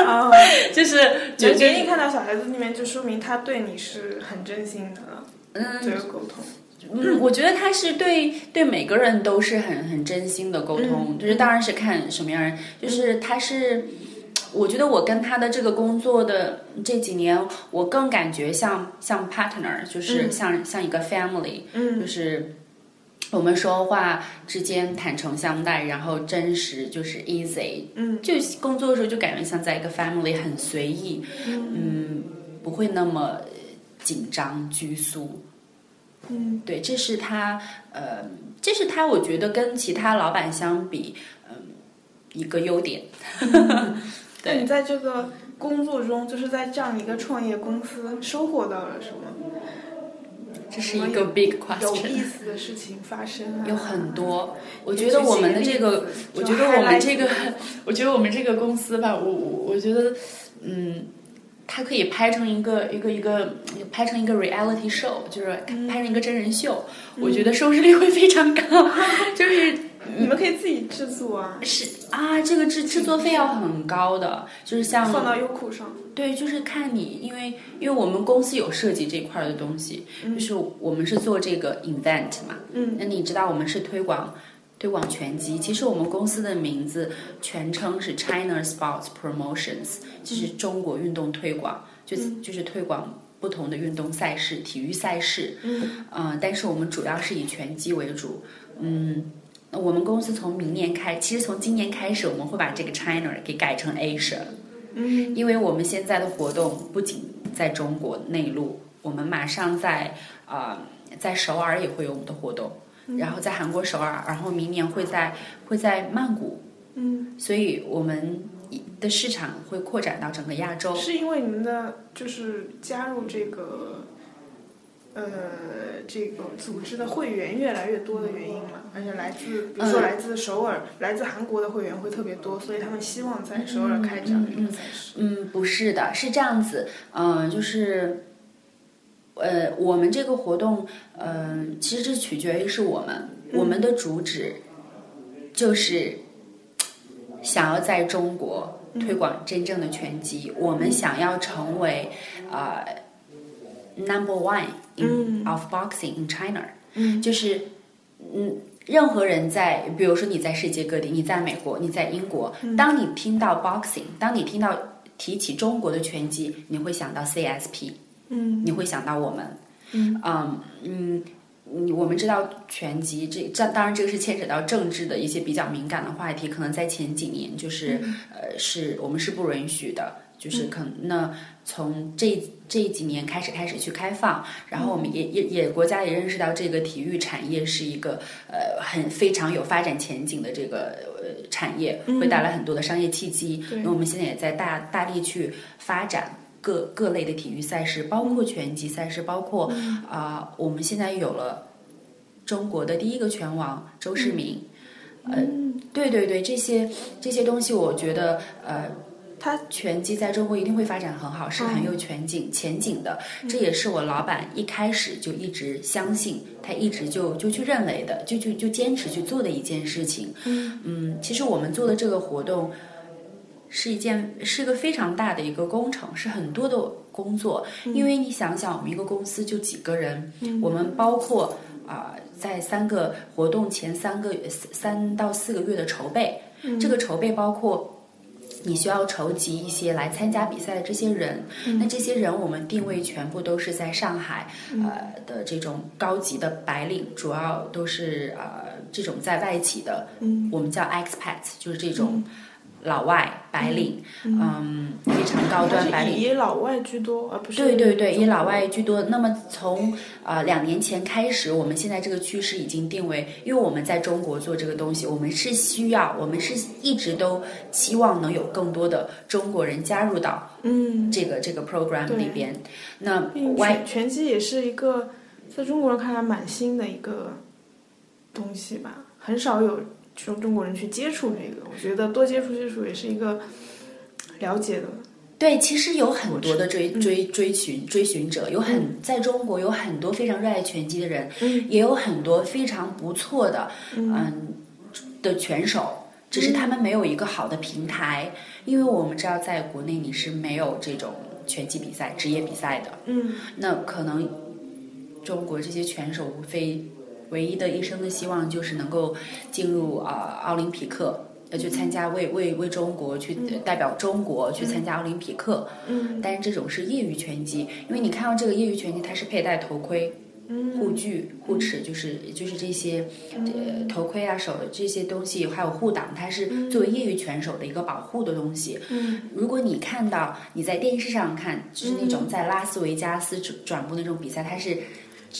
S2: 啊，
S3: 就是
S2: 能
S3: 就就
S2: 给你看到小孩子那边，就说明他对你是很真心的了。
S3: 嗯
S2: 这个沟通，
S3: 嗯，我觉得他是对对每个人都是很很真心的沟通，
S2: 嗯
S3: 就是当然是看什么样人，就是他是，我觉得我跟他的这个工作的这几年，我更感觉像像 partner，就是像、像一个 family，
S2: 嗯
S3: 就是我们说话之间坦诚相待，然后真实就是 easy，
S2: 嗯
S3: 就工作的时候就感觉像在一个 family，很随意，嗯，不会那么紧张拘束。
S2: 嗯
S3: 对，这是他，呃，这是他，我觉得跟其他老板相比，嗯、一个优点。
S2: 那
S3: 对
S2: 你在这个工作中，就是在这样一个创业公司，收获到了什么
S3: 这是一个 big question，
S2: 有意思的事情发生、啊？
S3: 有很多。我
S2: 我
S3: 觉得我们的这个，， *laughs* 我觉得我们这个， *laughs* 我觉得我们这个公司吧，我我我觉得，嗯。它可以拍成一个一个一个拍成一个 reality show，就是
S2: 嗯
S3: 拍成一个真人秀，我觉得收视率会非常
S2: *laughs*
S3: 高，就是
S2: 你们可以自己制作啊，
S3: 是啊，这个制制作费要很高的，就是像
S2: 放到优酷上。
S3: 对，就是看你，因为因为我们公司有设计这块儿的东西，
S2: 嗯
S3: 就是我们是做这个 event 嘛，
S2: 嗯
S3: 那你知道我们是推广推广拳击，其实我们公司的名字全称是 China Sports Promotions，就是中国运动推广，就
S2: 嗯
S3: 就是推广不同的运动赛事、体育赛事，
S2: 嗯
S3: 呃，但是我们主要是以拳击为主，嗯。那我们公司从明年开，其实从今年开始，我们会把这个 China 给改成 Asia，
S2: 嗯
S3: 因为我们现在的活动不仅在中国内陆，我们马上在啊、呃在首尔也会有我们的活动，然后在韩国首尔，然后明年会在会在曼谷，
S2: 嗯，
S3: 所以我们的市场会扩展到整个亚洲。
S2: 是因为你们的就是加入这个呃这个组织的会员越来越多的原因嘛，而且来自比如说
S3: 嗯
S2: 来自首尔、来自韩国的会员会特别多，所以他们希望在首尔开展这个赛事。
S3: 嗯，不是的，是这样子，嗯、就是。呃，我们这个活动，呃，其实这取决于是我们，我们的主旨就是想要在中国
S2: 嗯
S3: 推广真正的拳击，我们想要成为呃 number one in、
S2: 嗯
S3: of boxing in China，
S2: 嗯
S3: 就是嗯，任何人在，比如说你在世界各地，你在美国，你在英国，
S2: 嗯
S3: 当你听到 boxing，当你听到提起中国的拳击，你会想到 CSP，
S2: 嗯
S3: 你会想到我们，
S2: 嗯
S3: 嗯嗯，嗯，我们知道拳击这这当然这个是牵扯到政治的一些比较敏感的话题，可能在前几年就是、
S2: 嗯
S3: 呃是我们是不允许的，就是可能、那从这这几年开始开始去开放，然后我
S2: 嗯
S3: 们也、也也国家也认识到这个体育产业是一个呃很非常有发展前景的这个呃产业，会
S2: 嗯
S3: 带来很多的商业契机。那我们现在也在大大力去发展。各各类的体育赛事，包括拳击赛事，包括啊、我们现在有了中国的第一个拳王周世明。
S2: 嗯
S3: 呃，对对对，这些这些东西，我觉得呃，
S2: 它
S3: 拳击在中国一定会发展很好，是很有前景前景的。这也是我老板一开始就一直相信，他一直就就去认为的，就就就坚持去做的一件事情。嗯其实我们做的这个活动。是一件是个非常大的一个工程，是很多的工作，因为你想想，我们一个公司就几个人，我们包括啊、在三个活动前三个月三三到四个月的筹备，这个筹备包括。你需要筹集一些来参加比赛的这些人，那这些人我们定位全部都是在上海，呃的这种高级的白领，主要都是呃这种在外企的，我们叫 expat，就是这种老外白领，嗯，非常高端白
S2: 还是
S3: 领。
S2: 以老外居多，而不是
S3: 对对对，以老外居多。那么从呃两年前开始，我们现在这个趋势已经定为，因为我们在中国做这个东西，我们是需要，我们是一直都期望能有更多的中国人加入到
S2: 嗯，
S3: 这个这个 program 里边。那
S2: 并且
S3: 外
S2: 拳拳击也是一个在中国人看来蛮新的一个东西吧，很少有中中国人去接触这个。我觉得多接触接触也是一个了解的，
S3: 对，其实有很多的追
S2: 嗯
S3: 追追寻追寻者，有很在中国有很多非常热爱拳击的人，
S2: 嗯
S3: 也有很多非常不错的
S2: 嗯
S3: 嗯的拳手，只是他们没有一个好的平台，因为我们知道在国内你是没有这种拳击比赛、职业比赛的，
S2: 嗯
S3: 那可能中国这些拳手无非唯一的一生的希望就是能够进入啊、奥林匹克。要去参加为为为中国去代表中国去参加奥林匹克，
S2: 嗯
S3: 但是这种是业余拳击，因为你看到这个业余拳击，它是佩戴头盔，护
S2: 嗯
S3: 具、护齿，就是就是这些呃头盔啊、手这些东西，还有护挡，它是作为业余拳手的一个保护的东西。
S2: 嗯，
S3: 如果你看到你在电视上看，就是那
S2: 嗯
S3: 种在拉斯维加斯转转播那种比赛，它是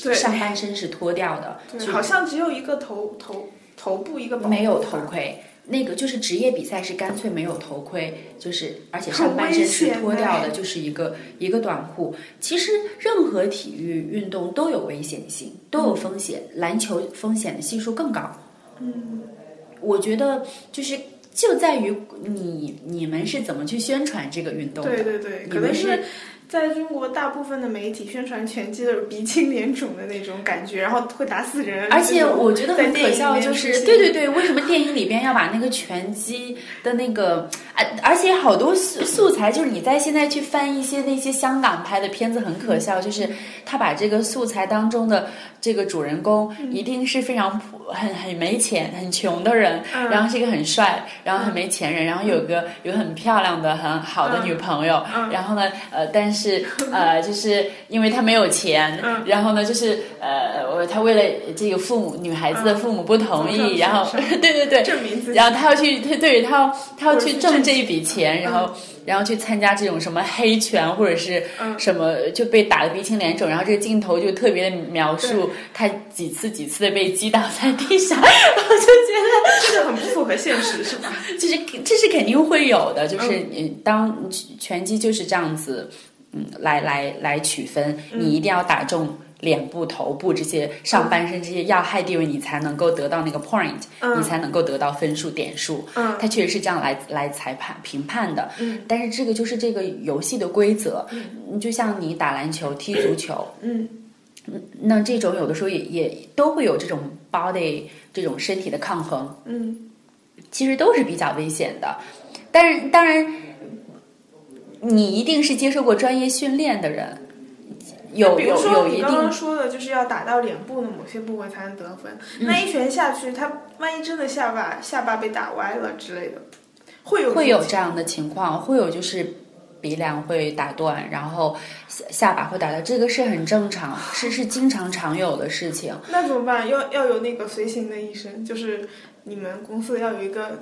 S2: 对
S3: 上半身是脱掉的，
S2: 对，好像只有一个头头头部一个保护
S3: 没有
S2: 吧
S3: 头，盔。那个就是职业比赛是干脆没有头盔，就是而且上半身
S2: 很危
S3: 是
S2: 险
S3: 脱掉的，
S2: 哎
S3: 就是一个一个短裤。其实任何体育运动都有危险性，都有风险，篮球风险的系数更高。
S2: 嗯
S3: 我觉得就是就在于你你们是怎么去宣传这个运动的。
S2: 对对对，
S3: 你
S2: 可
S3: 们
S2: 能
S3: 是
S2: 是在中国大部分的媒体宣传拳击都是鼻青脸肿的那种感觉，然后会打死人，
S3: 而且我觉得很可笑，就
S2: 在电影里面
S3: 是对
S2: 出现
S3: 对对，为什么电影里边要把那个拳击的那个，而而且好多素素材，就是你在现在去翻一些那些香港拍的片子，很可笑，就是他把这个素材当中的这个主人公
S2: 嗯
S3: 一定是非常普很很没钱、很穷的人，
S2: 嗯
S3: 然后是一个很帅，然后很没钱人，然后有个有个很漂亮的、很好的
S2: 嗯
S3: 女朋友，
S2: 嗯
S3: 然后呢，呃，但是呃，就是因为他没有钱，
S2: 嗯
S3: 然后呢，就是呃，我他为了这个父母女孩子的父母不同意，
S2: 嗯
S3: 然后
S2: 是是
S3: *laughs* 对对对，
S2: 证明自己
S3: 然后他要去，对对，他要他要
S2: 或者
S3: 去
S2: 是
S3: 挣
S2: 挣嗯
S3: 这一笔钱，然后然后去参加这种什么黑拳或者是
S2: 嗯
S3: 什么就被打的鼻青脸肿，然后这个镜头就特别的描述
S2: 对
S3: 他几次几次的被击倒在地上，我就觉得。
S2: 这个很不符合现实，是吧？
S3: 就是这是肯定会有的，
S2: 嗯
S3: 就是你当拳击就是这样子，嗯，来来来取分，
S2: 嗯
S3: 你一定要打中。脸部、头部这些上半身这些要害地位，你才能够得到那个 point，、
S2: 嗯
S3: 你才能够得到分数点数。
S2: 嗯
S3: 它确实是这样来来裁判评判的。
S2: 嗯
S3: 但是这个就是这个游戏的规则。嗯、就像你打篮球、踢足球，
S2: 嗯
S3: 那这种有的时候也也都会有这种 body 这种身体的抗衡。
S2: 嗯
S3: 其实都是比较危险的。但是当然，你一定是接受过专业训练的人，有
S2: 比如
S3: *laughs* 有
S2: 说
S3: 有
S2: 你
S3: 一
S2: 刚刚
S3: 定
S2: 说的，就是要打到脸部的某些部位才能得分。
S3: 嗯
S2: 那一拳下去，他万一真的下巴下巴被打歪了之类的，会有
S3: 会有这样的情况，会有就是鼻梁会打断，然后下下巴会打断，这个是很正常，是是经常常有的
S2: *laughs*
S3: 事情。
S2: 那怎么办？要要有那个随行的医生，就是你们公司要有一个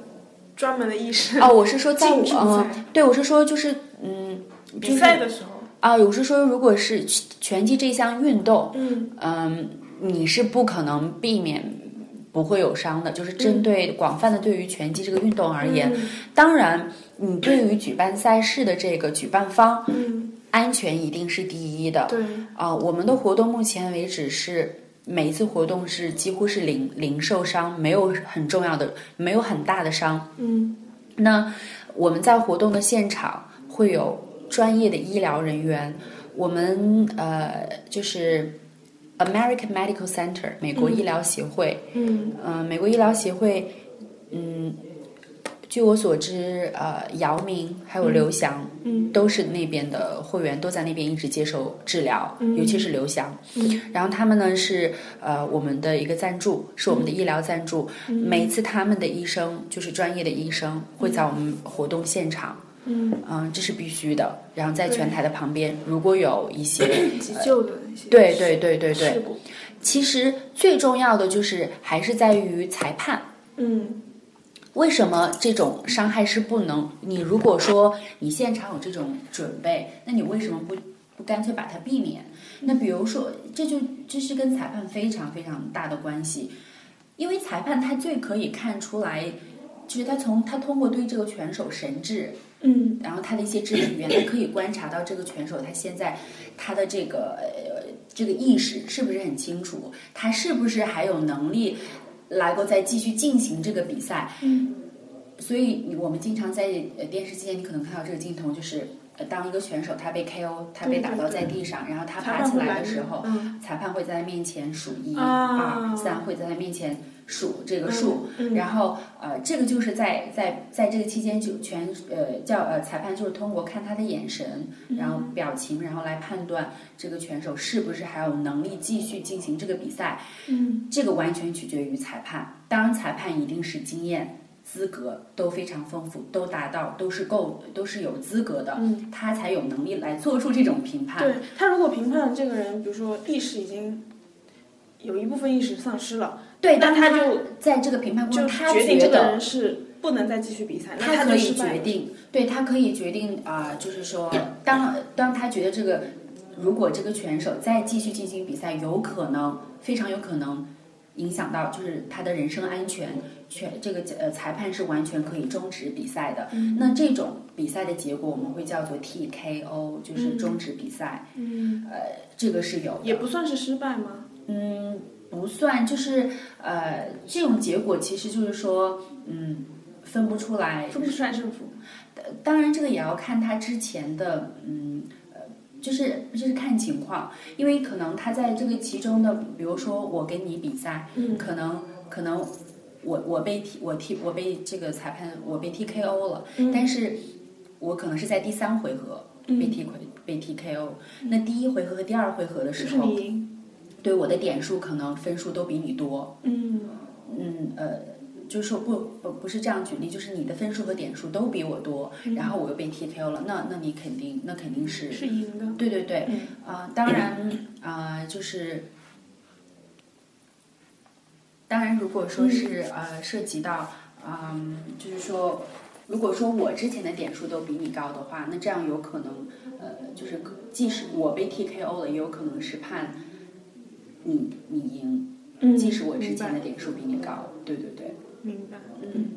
S2: 专门的医生。
S3: 哦，我是说在我，
S2: 竞技
S3: 嗯、
S2: 赛
S3: 对我是说就是嗯，
S2: 比赛的时候，
S3: 啊，我是说如果是拳拳击这项运动，
S2: 嗯，
S3: 嗯，你是不可能避免不会有伤的，就是针对广泛的对于拳击这个运动而言。
S2: 嗯
S3: 当然，你对于举办赛事的这个举办方，
S2: 嗯，
S3: 安全一定是第一的。
S2: 对，
S3: 啊、我们的活动目前为止是每一次活动是几乎是零零受伤，没有很重要的，没有很大的伤。
S2: 嗯
S3: 那我们在活动的现场会有专业的医疗人员，我们呃就是 American Medical Center 美国医疗协会，
S2: 嗯
S3: 嗯、美国医疗协会，嗯，据我所知，呃，姚明还有刘翔。
S2: 嗯
S3: 都是那边的会员，都在那边一直接受治疗，
S2: 嗯
S3: 尤其是刘翔。
S2: 嗯
S3: 然后他们呢是呃我们的一个赞助，是我
S2: 嗯
S3: 们的医疗赞助。每一次他们的医生就是专业的医生会在我们活动现场，
S2: 嗯，
S3: 嗯、这是必须的。然后在拳台的旁边，如果有一些，
S2: 急救的那些，
S3: 对对对对对
S2: 事，故，
S3: 其实最重要的就是还是在于裁判。
S2: 嗯
S3: 为什么这种伤害是不能？你如果说你现场有这种准备，那你为什么不不干脆把它避免？那比如说，这就这是跟裁判非常非常大的关系，因为裁判他最可以看出来，就是他从他通过对这个拳手神智，
S2: 嗯
S3: 然后他的一些肢体语言，他可以观察到这个拳手他现在他的这个呃这个意识是不是很清楚，他是不是还有能力来够再继续进行这个比赛。
S2: 嗯
S3: 所以你我们经常在呃电视机前，你可能看到这个镜头，就是呃当一个选手他被 KO，他被打倒在地上，然后他爬起来的时候，
S2: 嗯
S3: 裁判会在他面前数一、
S2: 啊
S3: 二、三，会在他面前数这个数，
S2: 嗯嗯
S3: 然后呃这个就是在在在这个期间就全呃叫呃裁判就是通过看他的眼
S2: 嗯
S3: 神，然后表情，然后来判断这个选手是不是还有能力继续进行这个比赛。
S2: 嗯
S3: 这个完全取决于裁判，当然裁判一定是经验、资格都非常丰富，都达到都是够都是有资格的，
S2: 嗯
S3: 他才有能力来做出这种评判。
S2: 对他如果评判这个人，比如说意识已经有一部分意识丧失了，
S3: 对，
S2: 那
S3: 但
S2: 他就
S3: 在这个评判过程
S2: 就
S3: 中，他
S2: 决定这
S3: 觉
S2: 个
S3: 得
S2: 人是不能再继续比赛，那
S3: 他
S2: 就
S3: 可以
S2: 失败
S3: 决
S2: 了。
S3: 定，对他可以决定啊、就是说，当当他觉得这个，如果这个选手再继续进行比赛，有可能非常有可能影响到就是他的人身安全，全这个呃裁判是完全可以终止比赛的。
S2: 嗯
S3: 那这种比赛的结果我们会叫做 TKO，就是终止比赛，呃
S2: 嗯，
S3: 这个是有的
S2: 也不算是失败吗？
S3: 嗯，不算，就是呃这种结果其实就是说，嗯，分不出来。
S2: 分不出来胜
S3: 嗯
S2: 负。
S3: 当然，这个也要看他之前的，嗯，呃，就是就是看情况，因为可能他在这个其中的，比如说我跟你比赛，
S2: 嗯
S3: 可能可能我我被踢我踢我被这个裁判我被 TKO 了，
S2: 嗯
S3: 但是我可能是在第三回合被 T 被 TKO，那第一回合和第二回合的
S2: 就
S3: 时
S2: 是
S3: 候，
S2: 你赢。
S3: 对我的点数可能分数都比你多，
S2: 嗯
S3: 嗯呃，就是说不不不是这样举例，就是你的分数和点数都比我多，然后我又被 TKO 了，那那你肯定那肯定是，
S2: 嗯是赢的。
S3: 对对对，啊、
S2: 嗯
S3: 当然啊、就是。当然，如果说是、
S2: 嗯
S3: 呃涉及到，嗯、就是说，如果说我之前的点数都比你高的话，那这样有可能，呃，就是可即使我被 TKO 了，也有可能是判你你赢，
S2: 嗯
S3: 即使我之前的点数比你高，对对对，
S2: 明白。明白
S3: 嗯，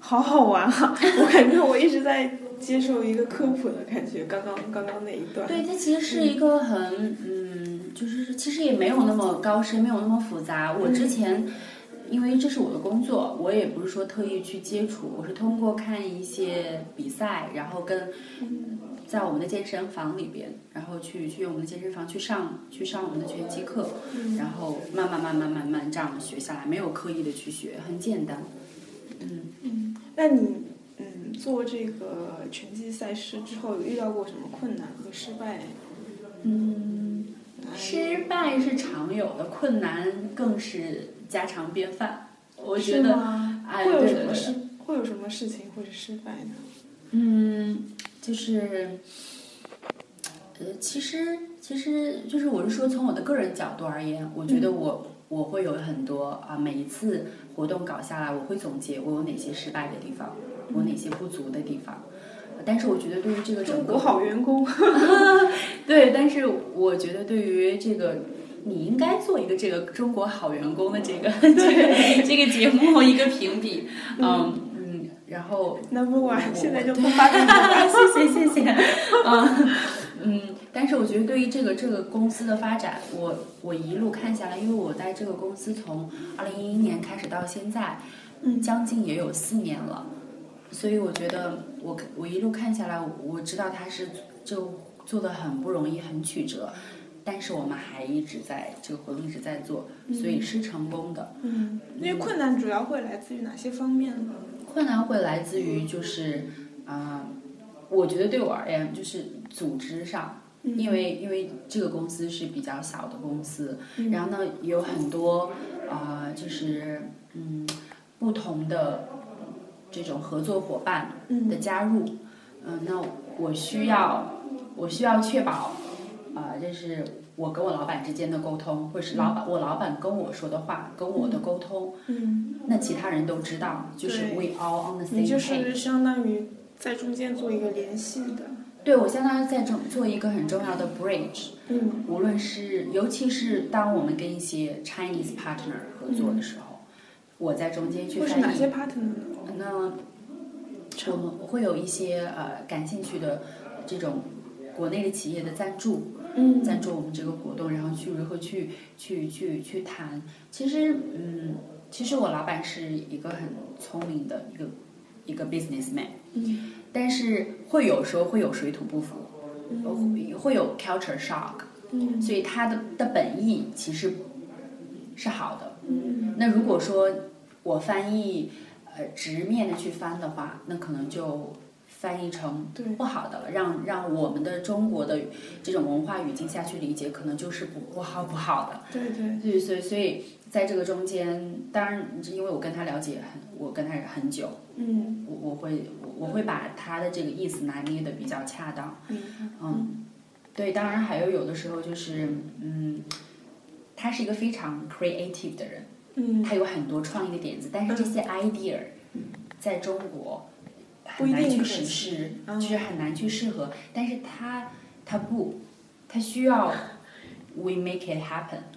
S2: 好好玩啊！我感觉我一直在接受一个科普的感觉。刚刚刚刚那一段。
S3: 对，它其实是一个很，嗯，就是其实也没有那么高深，没有那么复杂。我之前，因为这是我的工作，我也不是说特意去接触，我是通过看一些比赛，然后跟在我们的健身房里边，然后去去用我们的健身房去上去上我们的拳击课，然后慢慢慢慢慢慢这样学下来，没有刻意的去学，很简单。
S2: 嗯，那你嗯做这个拳击赛事之后，有遇到过什么困难和失败？
S3: 嗯，失败是常有的，困难更是家常便饭。我觉
S2: 是
S3: 得，
S2: 吗
S3: 哎，
S2: 会有
S3: 对
S2: 什
S3: 对
S2: 么
S3: 对，
S2: 事？会有什么事情会是失败呢？
S3: 嗯，就是，呃，其实其实就是我是说，从我的个人角度而言，我觉得我、我会有很多啊，每一次活动搞下来，我会总结我有哪些失败的地方，我哪些不足的地方。但是我觉得对于这个整
S2: 中
S3: 个
S2: 国好员工，
S3: 对，但是我觉得对于这个，你应该做一个这个中国好员工的这 *laughs* 个这个这个节目一个评比，嗯嗯，然后
S2: number one，现在就不
S3: 对
S2: 发给你了。
S3: 啊谢谢谢谢， *laughs* 嗯嗯，但是我觉得对于这个这个公司的发展，我我一路看下来，因为我在这个公司从二零一一年开始到现在，
S2: 嗯
S3: 将近也有四年了，所以我觉得我我一路看下来，我知道他是就做的很不容易，很曲折。但是我们还一直在这个活动一直在做，所以是成功的。
S2: 嗯，因为困难主要会来自于哪些方面呢？
S3: 困难会来自于就是，啊、我觉得对我而言就是组织上，因为因为这个公司是比较小的公司，然后呢有很多啊、就是嗯不同的这种合作伙伴的加入，嗯、那我需要我需要确保啊、就是我跟我老板之间的沟通，或是老板我老板跟我说的话，跟我的沟通。
S2: 嗯，
S3: 那其他人都知道，就是
S2: 对
S3: we all on the same
S2: 你
S3: page。
S2: 就是相当于在中间做一个联系的。
S3: 对我相当于在中做一个很重要的 bridge，
S2: 嗯
S3: 无论是尤其是当我们跟一些 Chinese partner 合作
S2: 嗯
S3: 的时候，我在中间去
S2: 会是
S3: 翻
S2: 哪些
S3: 译。
S2: partner 呢？
S3: 那我们会有一些呃感兴趣的这种国内的企业的赞助，
S2: 嗯
S3: 赞助我们这个活动，然后去如何去去去去谈。其实，嗯，其实我老板是一个很聪明的一个一个 businessman，
S2: 嗯，
S3: 但是会有时候会有水土不服，会会有 culture shock，
S2: 嗯
S3: 所以他的的本意其实是好的。
S2: 嗯
S3: 那如果说我翻译呃直面的去翻的话，那可能就翻译成
S2: 对
S3: 不好的了，让让我们的中国的这种文化语境下去理解，可能就是不不好不好的。
S2: 对对，
S3: 对，所以所以在这个中间，当然因为我跟他了解很，我跟他很久，
S2: 嗯，
S3: 我我会我我会把他的这个意思拿捏的比较恰当。嗯，对，当然还有有的时候就是，嗯，他是一个非常 creative 的人，
S2: 嗯，
S3: 他有很多创意的点子，但是这些 idea 在中国很
S2: 不一
S3: 难
S2: 定
S3: 去
S2: 可
S3: 实
S2: 行
S3: 施，
S2: 嗯
S3: 就是很难去适合。但是他他不，他需要 we make it happen，must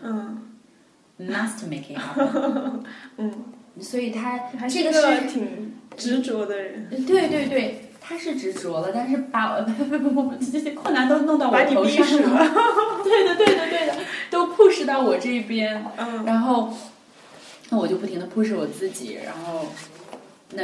S2: 嗯
S3: make it happen。
S2: 嗯，
S3: 所以他
S2: 还
S3: 哎这
S2: 一
S3: 个
S2: 个
S3: 是
S2: 挺执着的人，
S3: 嗯对对对，他是执着了，但是把我 *laughs* 这些困难都弄到
S2: 把
S3: 我
S2: 你
S3: 头
S2: 逼
S3: 上
S2: 死
S3: 了。
S2: 了。
S3: *laughs* 对的，对的，对的，都 push 到我这边，
S2: 嗯
S3: 然后那我就不停的 push 我自己，然后那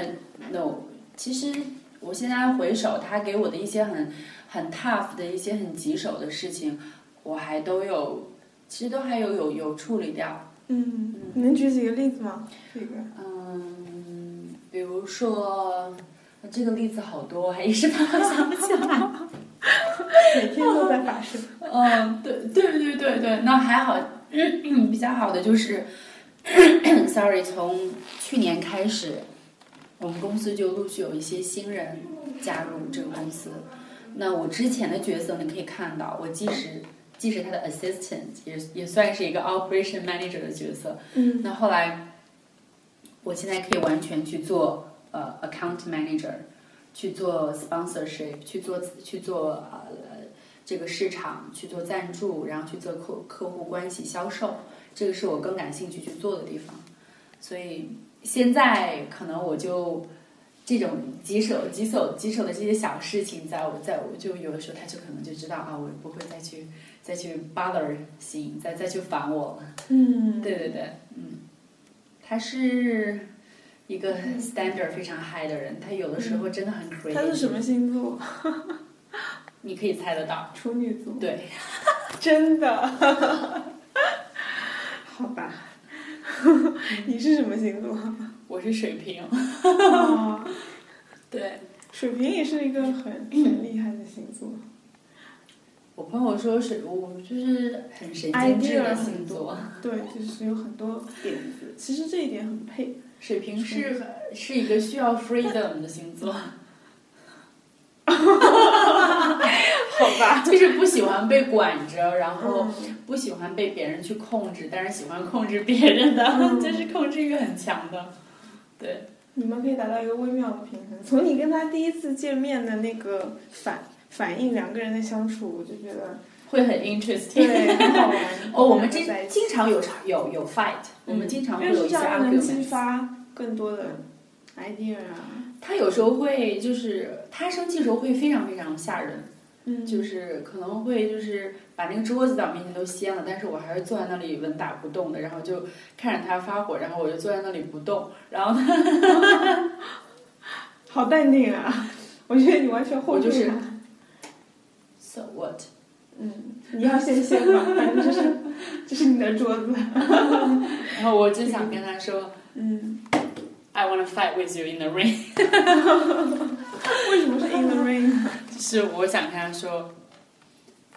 S3: 那我其实我现在回首，他给我的一些很很 tough 的一些很棘手的事情，我还都有，其实都还有有有处理掉，
S2: 嗯，你能举几个例子吗？这个
S3: 嗯，比如说。这个例子好多，我还一时半会儿想不起来。
S2: *laughs* 每天都在发生。
S3: 嗯，对对对对对，那还好，嗯比较好的就是，sorry，从去年开始，我们公司就陆续有一些新人加入这个公司。那我之前的角色，你可以看到，我既是既是他的 assistant，也也算是一个 operation manager 的角色。
S2: 嗯
S3: 那后来，我现在可以完全去做呃 account manager，去做 sponsorship，去做去做呃这个市场，去做赞助，然后去做客客户关系销售，这个是我更感兴趣去做的地方。所以现在可能我就。这种棘手、棘手、棘手的这些小事情，在我，在我就有的时候，他就可能就知道啊，我不会再去再去 bother 心，再再去烦我了。
S2: 嗯，
S3: 对对对，嗯，他是一个 standard 非常 high 的人，他有的时候真的很 crazy。
S2: 嗯他是什么？星座？
S3: 你可以猜得到。
S2: 处女座。
S3: 对，
S2: *laughs* 真的？ *laughs* 好吧。
S3: 嗯
S2: *laughs* 你是什么星座？
S3: 我是水瓶。哦对，嗯
S2: 水瓶也是一个很很厉害的星座。
S3: 我朋友说水，我就是很神经质
S2: Idea
S3: 的星座。
S2: 对，就是有很多点子，其实这一点很配。
S3: 水
S2: *laughs*
S3: 瓶是是一个需要 freedom 的星座。
S2: 好吧，
S3: 就是不喜欢被管着，然后
S2: 嗯
S3: 不喜欢被别人去控制，但是喜欢控制别人的，
S2: 嗯
S3: 就是控制欲很强的。对，
S2: 你们可以达到一个微妙的平衡。从你跟他第一次见面的那个反反应，两个人的相处，我就觉得
S3: 会很 interesting。。
S2: 对，很好玩
S3: *laughs* 哦，我们经
S2: 嗯在一起嗯
S3: 经常有吵有有 fight，、我们嗯经常会
S2: 认
S3: 有
S2: 识
S3: 一些
S2: 下能激
S3: argument。
S2: 发更多的 idea 啊，
S3: 他有时候会就是他生气的时候会非常非常吓人，
S2: 嗯，
S3: 就是可能会就是把那个桌子在我面前都掀了，但是我还是坐在那里纹打不动的，然后就看着他发火，然后我就坐在那里不动，然后他
S2: 好淡定啊！ *laughs* 我觉得你完全 hold
S3: 我
S2: 住
S3: 就是
S2: 了
S3: *laughs* so what。
S2: 嗯， *laughs* 你要先先吧，反正就是这是你的桌子，
S3: 然后我就想跟他说
S2: 嗯，
S3: ，I wanna fight with you in the rain， *laughs*
S2: 为什么是 in the
S3: *laughs*
S2: rain
S3: 就是我想跟他说，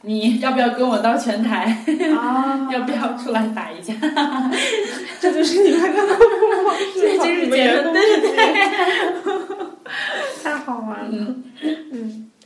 S3: 你要不要跟我到前台？
S2: *laughs* 啊？
S3: 要不要出来打一架？
S2: 这就是你们的公共模
S3: *laughs*
S2: 式，
S3: 这就是
S2: 你们
S3: 结
S2: 员
S3: 论
S2: 工之间，
S3: *laughs*
S2: 太好玩了。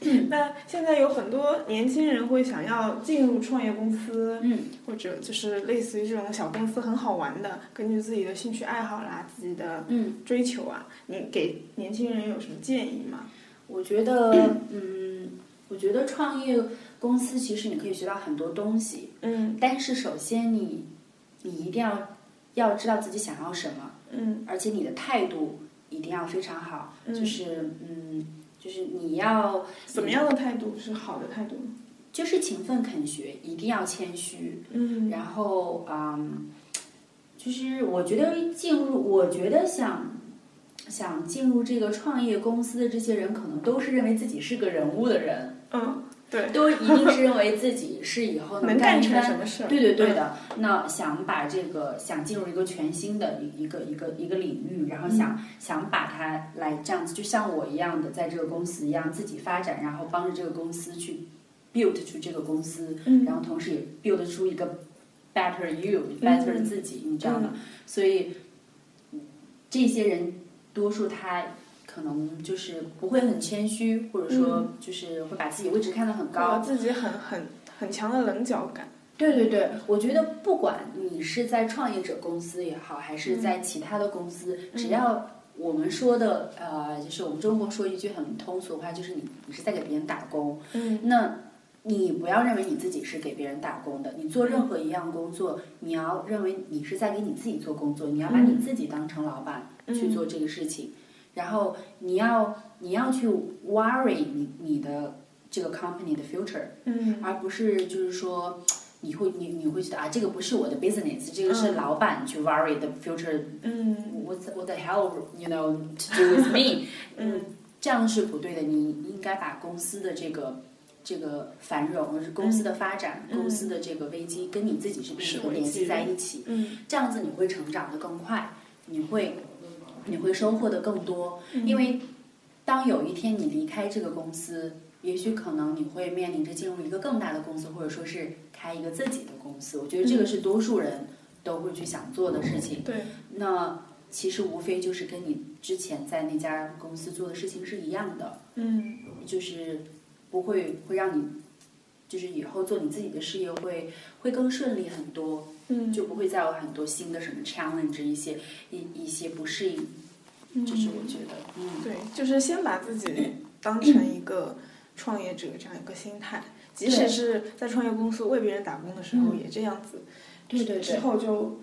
S2: 嗯，那现在有很多年轻人会想要进入创业公司，
S3: 嗯，
S2: 或者就是类似于这种小公司很好玩的，根据自己的兴趣爱好啦、自己的
S3: 嗯
S2: 追求啊，你给年轻人有什么建议吗？
S3: 我觉得，嗯，我觉得创业公司其实你可以学到很多东西，
S2: 嗯
S3: 但是首先你，你一定要要知道自己想要什么，
S2: 嗯
S3: 而且你的态度一定要非常好，
S2: 嗯
S3: 就是嗯，就是你要
S2: 怎么样的态度是好的态度？
S3: 就是勤奋肯学，一定要谦虚，
S2: 嗯
S3: 然后嗯，就是我觉得进入，我觉得想想进入这个创业公司的这些人，可能都是认为自己是个人物的人，
S2: 嗯，对，
S3: 都一定是认为自己是以后
S2: 能
S3: 干
S2: 干
S3: 一
S2: 成什
S3: 番。
S2: 么事儿？
S3: 对对对的，那想把这个想进入一个全新的一一个一个一个领域，然后想、想把它来这样子，就像我一样的在这个公司一样自己发展，然后帮着这个公司去 build 去这个公司
S2: 嗯，
S3: 然后同时也 build 出一个 better you、better 自己，你知道
S2: 嗯
S3: 吗？所以嗯这些人多数他可能就是不会很谦虚，或者说就是会把自己位置看得很
S2: 搞
S3: 高。
S2: 自己很很很强的棱角感。
S3: 对对对，我觉得不管你是在创业者公司也好，还是在其他的公司，只要我们说的呃，就是我们中国说一句很通俗的话，就是你你是在给别人打工，
S2: 嗯
S3: 那你不要认为你自己是给别人打工的，你做任何一样工作，你要认为你是在给你自己做工作，你要把你自己当成老板
S2: 嗯
S3: 去做这个事情，然后你要你要去 worry 你你的这个 company 的 future，
S2: 嗯
S3: 而不是就是说。你会你你会觉得啊，这个不是我的 business，这个是
S2: 嗯
S3: 老板去 worry the future
S2: 嗯
S3: what the, what the hell you know to do with me，
S2: 嗯，
S3: 这样是不对的。你你应该把公司的这个这个繁荣，或者是公司的发展、
S2: 嗯
S3: 公司的这个危机，跟你自己是
S2: 是
S3: 并不
S2: 危
S3: 联
S2: 机
S3: 系在一起，
S2: 嗯
S3: 这样子你会成长的更快，你会你会收获的更多，嗯因为当有一天你离开这个公司。也许可能你会面临着进入一个更大的公司，或者说是开一个自己的公司。我觉得这个是多数人都会去想做的事情。
S2: 嗯对，
S3: 那其实无非就是跟你之前在那家公司做的事情是一样的，
S2: 嗯
S3: 就是不会会让你，就是以后做你自己的事业会会更顺利很多，
S2: 嗯，
S3: 就不会再有很多新的什么 challenge 一些一一些不适应，这是我觉得，嗯，
S2: 对，就是先把自己当成一个创业者这样一个心态，即
S3: 对
S2: 使是在创业公司为别人打工的时候
S3: 嗯
S2: 也这样子，
S3: 对对
S2: 之
S3: 对，
S2: 后就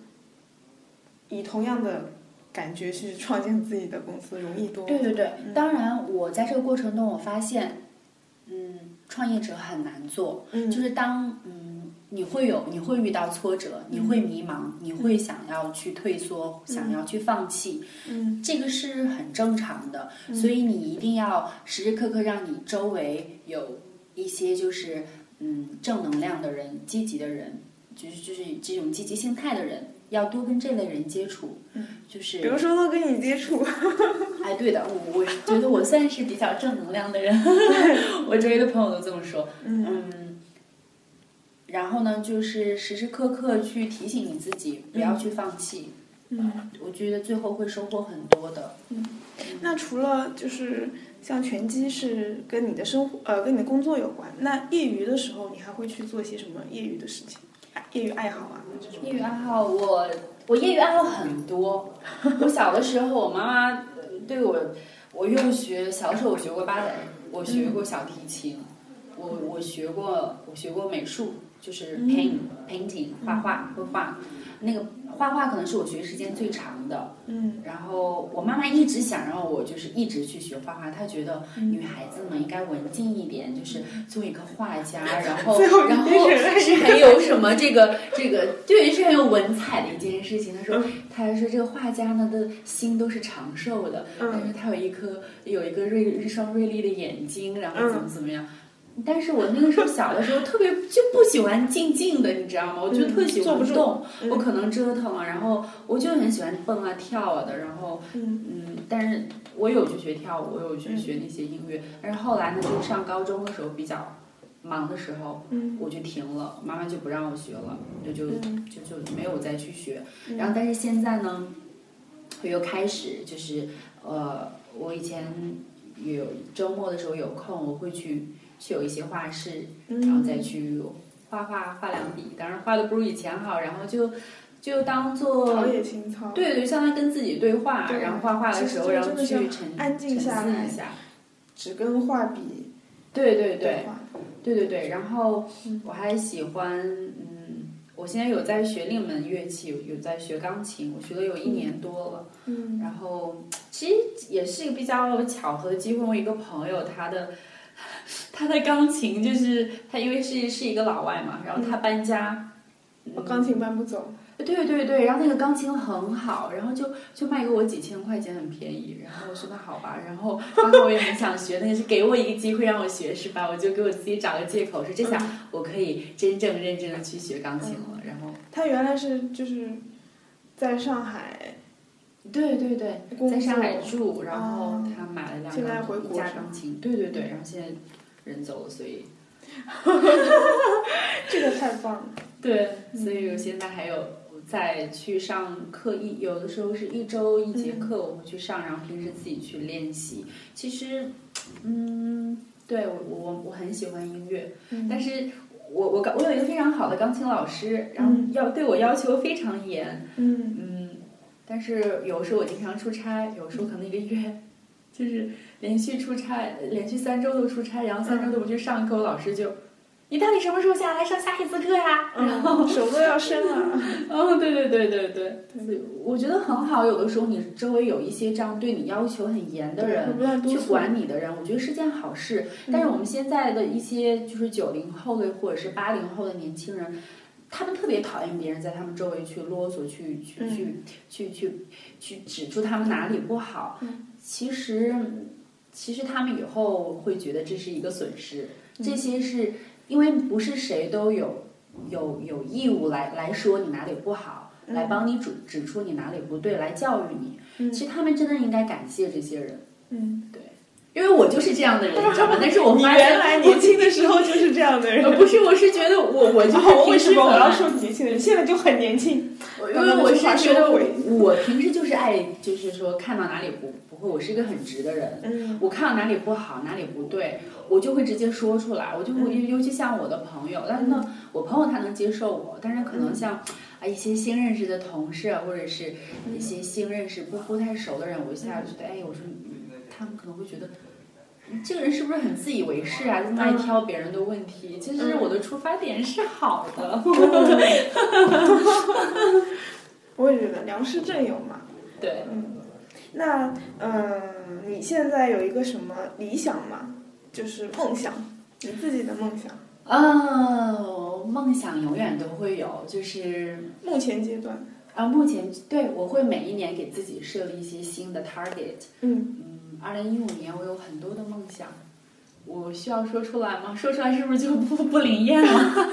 S2: 以同样的感觉去创建自己的公司容易多。
S3: 对对对。
S2: 嗯
S3: 当然，我在这个过程中我发现，嗯，创业者很难做，
S2: 嗯，
S3: 就是当嗯，你会有你会遇到挫折，你会迷
S2: 嗯
S3: 茫，你会想要去退缩，想要去放弃，
S2: 嗯
S3: 这个是很正常的。所以你一定要时时刻刻让你周围有一些就是嗯正能量的人、积极的人，就是就是这种积极心态的人，要多跟这类人接触。
S2: 嗯，
S3: 就是
S2: 比如说多跟你接触，
S3: 哎，对的，我我觉得我算是比较正能量的人， *laughs* 我周围的朋友都这么说。
S2: 嗯
S3: 嗯，然后呢，就是时时刻刻去提醒你自己，不要去放弃。
S2: 嗯，
S3: 我觉得最后会收获很多的。
S2: 那除了就是像拳击是跟你的生活呃跟你的工作有关，那业余的时候你还会去做些什么业余的事情？啊业余爱好啊这种。
S3: 业余爱好，我我业余爱好很多。我小的时候，我妈妈呃对我，我又学小时候我学过芭蕾，我学过小提琴，我我学过我学过美术，就是
S2: 嗯
S3: paint、painting 画画绘画，那个画画可能是我学时间最长的。
S2: 嗯
S3: 然后我妈妈一直想让我就是一直去学画画，她觉得
S2: 嗯
S3: 女孩子们应该文静一点，就是做一个画
S2: *laughs*
S3: 家，然后
S2: 最后一
S3: 然后
S2: 定是
S3: 是很有什么这个这个，对，是很有文采的一件事情。她
S2: 嗯
S3: 说，她还说这个画家呢的心都是长寿的，她
S2: 嗯
S3: 说他有一颗有一个锐一双锐利的眼睛，然
S2: 嗯
S3: 后怎么怎么样。但是我那个时候小的时候特别就不喜欢静静的，你知道吗？我就
S2: 嗯
S3: 特喜
S2: 坐
S3: 欢
S2: 不住
S3: 动，
S2: 嗯
S3: 我可能折腾，啊然后我就很喜欢蹦啊跳啊的，然后
S2: 嗯
S3: 嗯，但是我有去学跳舞，我有去学那些音乐，但是后来呢，就上高中的时候比较忙的时候，
S2: 嗯
S3: 我就停了，妈妈就不让我学了，就就
S2: 嗯
S3: 就就没有再去学。
S2: 嗯
S3: 然后但是现在呢，我又开始就是呃，我以前有周末的时候有空，我会去去有一些画室，然后
S2: 嗯
S3: 再去画画画两笔，当然画的不如以前好，然后就就当做
S2: 陶冶情操。
S3: 对对，相当于跟自己对话，
S2: 对
S3: 然后画画
S2: 其
S3: 的
S2: 实
S3: 时候，
S2: 这个
S3: 然后
S2: 真的是
S3: 去
S2: 要
S3: 沉
S2: 安静
S3: 沉
S2: 下
S3: 思
S2: 来
S3: 一下，
S2: 只跟画笔
S3: 对对对
S2: 对话。
S3: 对对对，然后
S2: 嗯
S3: 我还喜欢嗯。我现在有在学另一门乐器，有有在学钢琴，我学了有一年多了。
S2: 嗯
S3: 然后其实也是一个比较巧合的机会，我一个朋友他的 *laughs* 他的钢琴就是他因为是是一个老外嘛，然后
S2: 嗯
S3: 他搬家，
S2: 我钢琴搬不走。
S3: 对对对，然后那个钢琴很好，然后就就卖给我几千块钱，很便宜。然后我说那好吧，然后然后我也很想学，但是给我一个机会让我学是吧？我就给我自己找个借口，说这下我可以真正认真的去学钢琴了。
S2: 嗯
S3: 然后
S2: 他原来是就是在上海
S3: 对对对，
S2: 工作
S3: 在，上海住，然后
S2: 哦
S3: 他买了两
S2: 现在
S3: 架
S2: 回国
S3: 一架
S2: 是吗
S3: 钢琴，对对对，然后现在人走了，所以
S2: 这个太
S3: *laughs*
S2: 棒了。
S3: 对，
S2: 嗯
S3: 所以我现在还有在去上课一，有的时候是一周一节课我会去上，然后平时自己去练习。其实，嗯，对我我我很喜欢音乐，
S2: 嗯
S3: 但是我我我有一个非常好的钢琴老师，然后
S2: 嗯
S3: 要对我要求非常严，
S2: 嗯
S3: 嗯，但是有时候我经常出差，有时候可能一个月。就是连续出差，连续三周都出差，然后
S2: 嗯
S3: 三周都不去上课，我老师就，你到底什么时候下来上下一次课呀？然后
S2: 嗯，手都要伸了。
S3: *laughs* 哦，对对对对对，对我觉得很好。有的时候你周围有一些这样对你要求很严的人，
S2: 不断督
S3: 去
S2: 促。嗯
S3: 管你的人，我觉得是件好事。但是我们现在的一些就是九零后的或者是八零后的年轻人，他们特别讨厌别人在他们周围去啰嗦，去去
S2: 嗯
S3: 去去去去指出他们哪里不好。
S2: 嗯
S3: 其实其实他们以后会觉得这是一个损失，这
S2: 嗯
S3: 些是因为不是谁都有有有义务来来说你哪里不好，来帮你指指出你哪里不对，来教育你。
S2: 嗯
S3: 其实他们真的应该感谢这些人。
S2: 嗯，
S3: 对，因为我就是这
S2: *laughs*
S3: 样的人，你知道吗？但是我
S2: 你
S3: 发
S2: 原
S3: 现
S2: 来年轻的时候就是这样的人
S3: 呃。不是，我是觉得我 *laughs* 我就是
S2: 哦，为
S3: 平
S2: 什
S3: 时
S2: 么
S3: 本
S2: 我要
S3: 来，
S2: 说年轻人？现在就很年轻。
S3: 因为我是觉得
S2: 把
S3: 我
S2: 这
S3: 我平时就是爱，就是说看到哪里不不会，我是一个很直的人。
S2: 嗯
S3: 我看到哪里不好，哪里不对，我就会直接说出来。我就会，尤其像我的朋友，但是呢，我朋友他能接受我，但是可能像啊一些新认识的同事啊，或者是一些新认识不不太熟的人，我一下就觉得，哎，我说嗯他们可能会觉得。你这个人是不是很自以为是啊？这么爱挑别人的问题，其实我的出发点是好 *laughs* 的。
S2: 我也觉得良师正友嘛。
S3: 对，
S2: 嗯，那嗯，你现在有一个什么理想吗？就是梦想，你自己的梦想。
S3: *laughs* 哦，梦想永远都会有，就是
S2: 目前阶段，
S3: 啊，目前对我会每一年给自己设立一些新的 target。
S2: 嗯，
S3: 嗯，二零一五年我有很多的梦想，我需要说出来吗？说出来是不是就不不灵验了？ *laughs*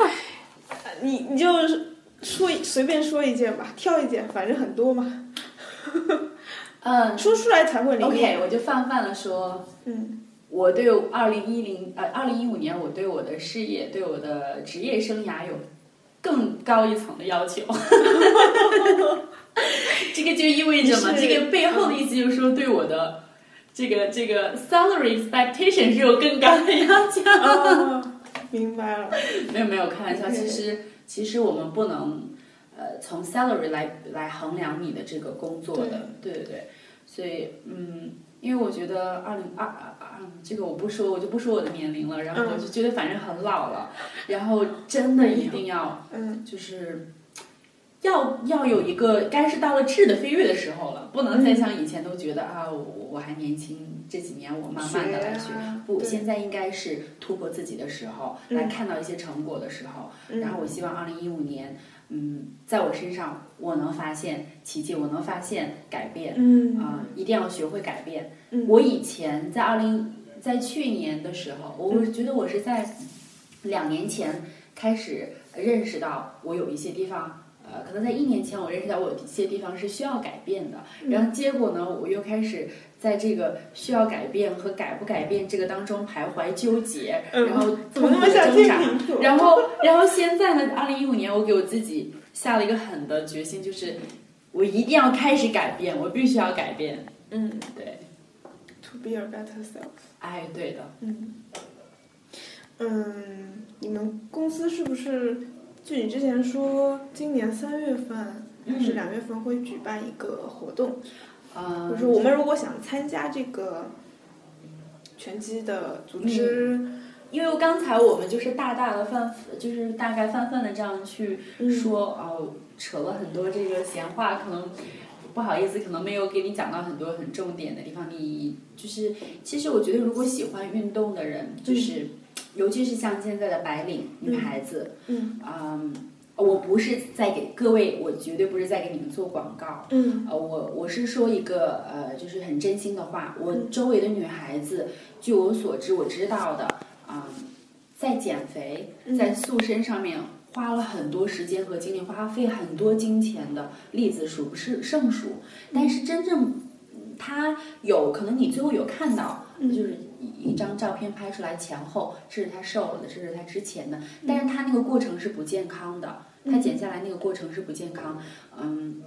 S2: 呃你你就是说一随便说一件吧，挑一件，反正很多嘛，
S3: 嗯
S2: 说出来才会灵验。
S3: ，OK，我就泛泛的说，
S2: 嗯
S3: 我对二零一零呃二零一五年我对我的事业、对我的职业生涯有更高一层的要求。 *laughs* 这个就意味着嘛，
S2: 是
S3: 这个背后的意思就是说对我的。这个这个 salary expectation 是有更高的要求。
S2: 哦明白了，
S3: *laughs* 没有没有，开玩笑，
S2: 对
S3: 其实其实我们不能呃从 salary 来来衡量你的这个工作的，对对对，所以嗯，因为我觉得二零二二这个我不说，我就不说我的年龄了，然后我就觉得反正很老了，然后真的一定要
S2: 嗯，
S3: 就是要要有一个该是到了质的飞跃的时候了，不能
S2: 嗯
S3: 再像以前都觉得啊，我我还年轻，这几年我慢慢的来学。
S2: 啊
S3: 不，
S2: 对
S3: 现在应该是突破自己的时候，
S2: 嗯
S3: 来看到一些成果的时候。
S2: 嗯
S3: 然后我希望二零一五年，嗯，在我身上我能发现奇迹，我能发现改变。
S2: 嗯
S3: 啊、一定要学会改变。
S2: 嗯
S3: 我以前在二零，在去年的时候，我觉得我是在两年前开始认识到我有一些地方。呃，可能在一年前，我认识到我有一些地方是需要改变的，然后结果呢，我又开始在这个需要改变和改不改变这个当中徘徊纠结，
S2: 嗯
S3: 然后
S2: 怎么那
S3: 痛苦
S2: 么
S3: 的
S2: 想
S3: 挣
S2: 听
S3: 扎。
S2: 评论？
S3: 然后，然后现在呢？二零一五年，我给我自己下了一个狠的决心，就是我一定要开始改变，我必须要改变。
S2: 嗯
S3: 对，
S2: ，To be a better self。
S3: 哎，对的，
S2: 嗯，嗯，你们公司是不是就你之前说今年三月份还是两月份会举办一个活动？
S3: 嗯、
S2: 就是我们如果想参加这个拳击的组织，
S3: 因为刚才我们就是大大的泛，就是大概泛泛的这样去
S2: 嗯
S3: 说，哦，扯了很多这个闲话，可能不好意思，可能没有给你讲到很多很重点的地方。你就是，其实我觉得，如果喜欢运动的人，就是、尤其是像现在的白领女孩子，
S2: 嗯
S3: 嗯，我不是在给各位，我绝对不是在给你们做广告，
S2: 嗯
S3: 呃，我我是说一个呃，就是很真心的话，我周围的女孩子，据我所知，我知道的，啊、在减肥、
S2: 嗯
S3: 在塑身上面花了很多时间和精力，花费很多金钱的例子数不是胜数，但是真正嗯她有可能你最后有看到，就是一一张照片拍出来前后，这是她瘦了的，这是她之前的，但是她那个过程是不健康的，她减下来那个过程是不健康，嗯。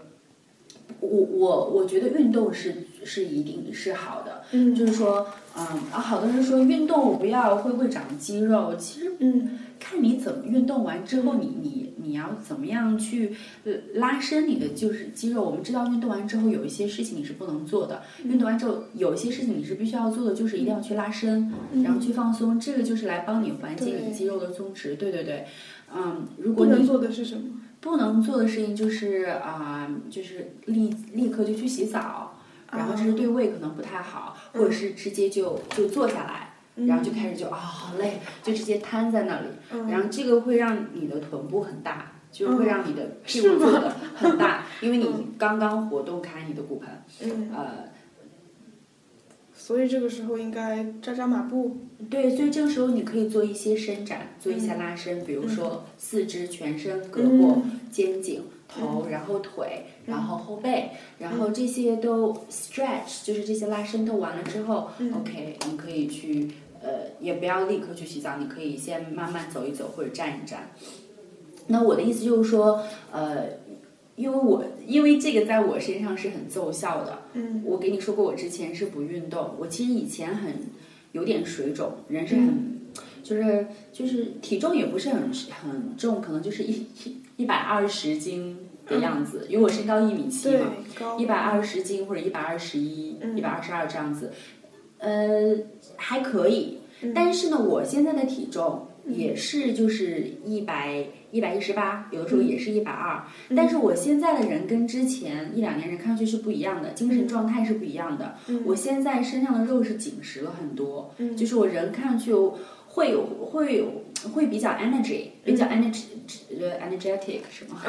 S3: 我我我觉得运动是是一定是好的，
S2: 嗯
S3: 就是说，嗯啊，好多人说运动我不要会不会长肌肉，其实
S2: 嗯
S3: 看你怎么运动完之后，你你你要怎么样去呃拉伸你的就是肌肉。我们知道运动完之后有一些事情你是不能做的，运动完之后有一些事情你是必须要做的，就是一定要去拉伸，然后去放松，这个就是来帮你缓
S2: 嗯
S3: 解
S2: 对
S3: 你肌肉的松弛。对对对，嗯，如
S2: 不
S3: 果
S2: 能
S3: 你
S2: 做的是什么？
S3: 不能做的事情就是啊、就是立立刻就去洗澡，然后这是对胃可能不太好，或者是直接就就坐下来，
S2: 嗯
S3: 然后就开始就啊、好累，就直接瘫在那里，然后这个会让你的臀部很大，就会让你的屁股坐的很大，因为你刚刚活动开你的骨盆，
S2: 嗯，
S3: 呃，
S2: 所以这个时候应该扎扎马步。
S3: 对，所以这个时候你可以做一些伸展，做一些拉伸，比如说四肢全身、胳
S2: 嗯
S3: 膊、肩颈、头，然后腿，然后后背，然后这些都 stretch，就是这些拉伸都完了之后、o k 你可以去呃，也不要立刻去洗澡，你可以先慢慢走一走或者站一站。那我的意思就是说，呃，因为我因为这个在我身上是很奏效的，
S2: 嗯
S3: 我给你说过，我之前是不运动，我其实以前很有点水肿，人是很、就是就是体重也不是很很重，可能就是一一百二十斤的样子，因为我身高一米七
S2: 对
S3: 嘛，，
S2: 高
S3: 一百二十斤或者一百二十一、一百二十二这样子，呃，还可以。
S2: 嗯
S3: 但是呢，我现在的体重也是就是一百一百一十八，有的时候也是一百二。但是我现在的人跟之前一两年人看上去是不一样的，精神状态是不一样的。
S2: 嗯
S3: 我现在身上的肉是紧实了很多，就是我人看上去会有会有会比较 energy，比较
S2: 嗯
S3: energy、呃 energetic 是吗？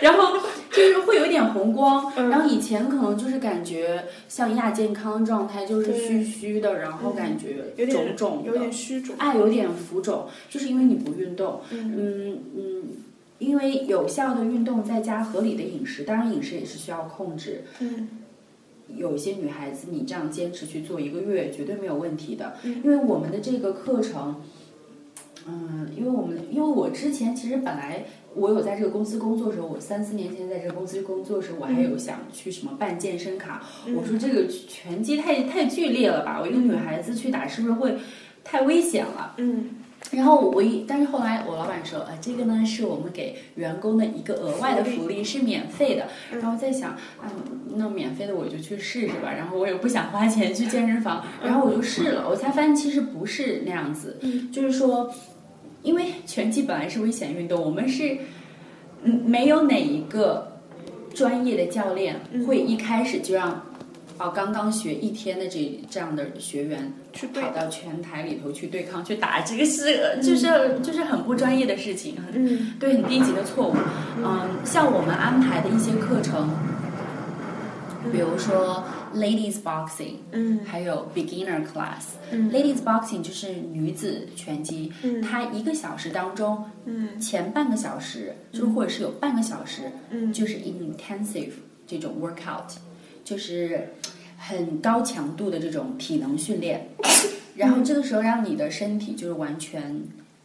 S3: 然后就是会有一点红光，
S2: 嗯
S3: 然后以前可能就是感觉像亚健康状态，就是虚虚的，然后感觉
S2: 嗯有点
S3: 肿肿的，
S2: 有点虚肿。
S3: 哎，有点浮肿，就是因为你不运动，嗯嗯。因为有效的运动再加合理的饮食，当然饮食也是需要控制。
S2: 嗯
S3: 有些女孩子你这样坚持去做一个月，绝对没有问题的。因为我们的这个课程，嗯，因为我们因为我之前其实本来我有在这个公司工作的时候，我三四年前在这个公司工作的时候，我还有想去什么办健身卡。我说这个拳击太太剧烈了吧，我一个女孩子去打是不是会太危险了？
S2: 嗯
S3: 然后我一，但是后来我老板说，啊，这个呢是我们给员工的一个额外的福利，是免费的。然后在想，啊，那免费的我就去试试吧。然后我也不想花钱去健身房，然后我就试了，我才发现其实不是那样子，就是说，因为拳击本来是危险运动，我们是，嗯，没有哪一个专业的教练会一开始就让。啊，刚刚学一天的这这样的学员
S2: 去对
S3: 跑到拳台里头去对抗、去打，这个是呃就是就是很不专业的事情，很
S2: 嗯
S3: 对很低级的错误。嗯，像我们安排的一些课程，比如说 ladies boxing，
S2: 嗯
S3: 还有 beginner class。
S2: 嗯
S3: ladies boxing 就是女子拳击，
S2: 嗯
S3: 它一个小时当中
S2: 嗯
S3: 前半个小时，就是或者是有半个小时，
S2: 嗯
S3: 就是 intensive 这种 workout，就是很高强度的这种体能训练，然后这个时候让你的身体就是完全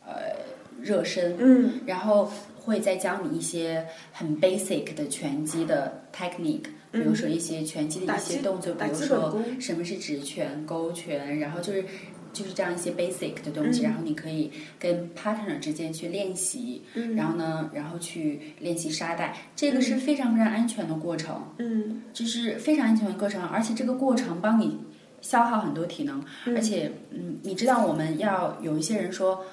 S3: 呃热身，
S2: 嗯
S3: 然后会再教你一些很 basic 的拳击的 technique，、比如说一些拳击的
S2: 嗯打
S3: 一些
S2: 基
S3: 动作，比
S2: 打
S3: 如
S2: 基本
S3: 说
S2: 功
S3: 什么是直拳、勾拳，然后就是就是这样一些 basic 的东西，然后你可以跟 partner 之间去练习，然后呢，然后去练习沙袋，这个是非常非常安全的过程。
S2: 嗯
S3: 这是非常安全的过程，而且这个过程帮你消耗很多体能，而且嗯，你知道我们要有一些人说，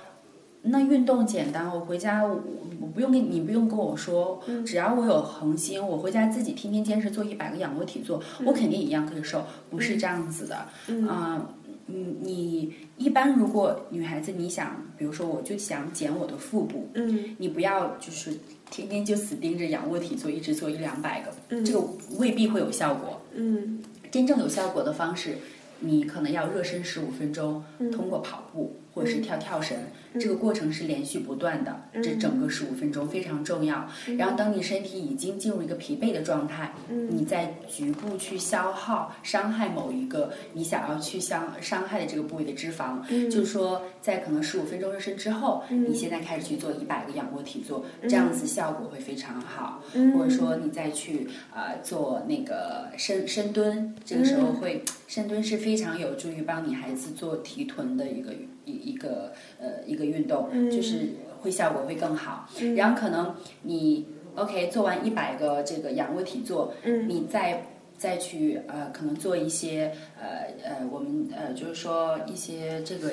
S3: 那运动简单，我回家我我不用跟你不用跟我说，只要我有恒心，我回家自己天天坚持做一百个仰卧起坐，我肯定一样可以瘦，不是这样子的，嗯。嗯你一般如果女孩子你想，比如说我就想减我的腹部，
S2: 嗯
S3: 你不要就是天天就死盯着仰卧起坐，一直做一两百个，这个未必会有效果。
S2: 嗯
S3: 真正有效果的方式，你可能要热身十五分钟，通过跑步或者是跳跳绳，这个过程是连续不断的，这整个十五分钟非常重要。然后当你身体已经进入一个疲惫的状态，你再局部去消耗伤害某一个你想要去伤伤害的这个部位的脂肪，就是说在可能十五分钟热身之后，你现在开始去做一百个仰卧起坐，这样子效果会非常好。嗯或者说你再去呃做那个深深蹲，这个时候会、深蹲是非常有助于帮女孩子做提臀的一个一一个呃一个运动，就是会效果会更好。
S2: 嗯
S3: 然后可能你 OK 做完一百个这个仰卧起坐，你再。再去呃，可能做一些呃呃，我们呃，就是说一些这个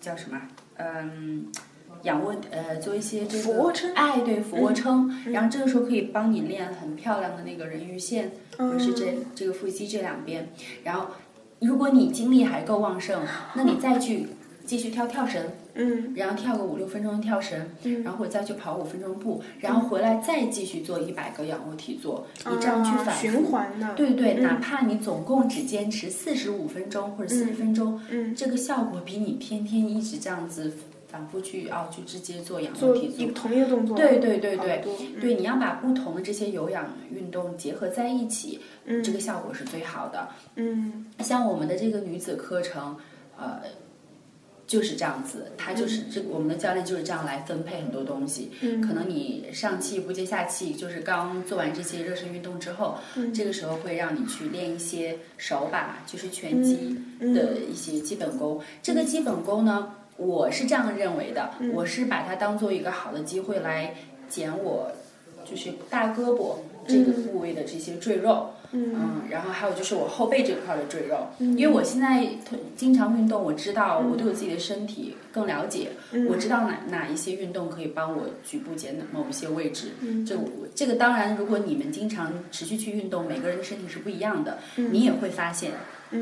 S3: 叫什么啊？嗯，仰卧呃，做一些这
S2: 嗯
S3: 个
S2: 俯卧撑
S3: 哎，对，俯卧撑。
S2: 嗯
S3: 然后这个时候可以帮你练很漂亮的那个人鱼线，
S2: 嗯
S3: 或者是这这个腹肌这两边。然后，如果你精力还够旺盛，那你再去继续跳跳绳，
S2: 嗯
S3: 然后跳个五六分钟跳绳，然后或者再去跑五分钟步，然后回来再继续做一百个仰卧起坐。你这样去
S2: 嗯啊
S3: 反复
S2: 循环嗯呢？
S3: 对对，哪怕你总共只坚持四十五分钟或者四十分钟，
S2: 嗯
S3: 这个效果比你天天一直这样子反复去啊去直接做仰卧
S2: 做
S3: 起
S2: 一
S3: 坐。
S2: 同一个动作。
S3: 对对对
S2: 好
S3: 对
S2: 多，
S3: 对，你要把不同的这些有氧运动结合在一起，
S2: 嗯
S3: 这个效果是最好的。
S2: 嗯
S3: 像我们的这个女子课程，呃，就是这样子，她就是这个我们的教练就是这样来分配很多东西。
S2: 嗯
S3: 可能你上气不接下气，就是刚做完这些热身运动之后，
S2: 嗯
S3: 这个时候会让你去练一些手把，就是拳
S2: 嗯
S3: 击的一些基本功。这个基本功呢，我是这样认为的，我是把它当做一个好的机会来减我就是大胳膊这个部位的这些赘肉，嗯然后还有就是我后背这块的赘肉，
S2: 嗯
S3: 因为我现在经常运动，我知道我对我自己的身体更了解，
S2: 嗯
S3: 我知道哪哪一些运动可以帮我局部减某一些位置，
S2: 嗯
S3: 这我这个当然，如果你们经常持续去运动，每个人的身体是不一样的，
S2: 嗯
S3: 你也会发现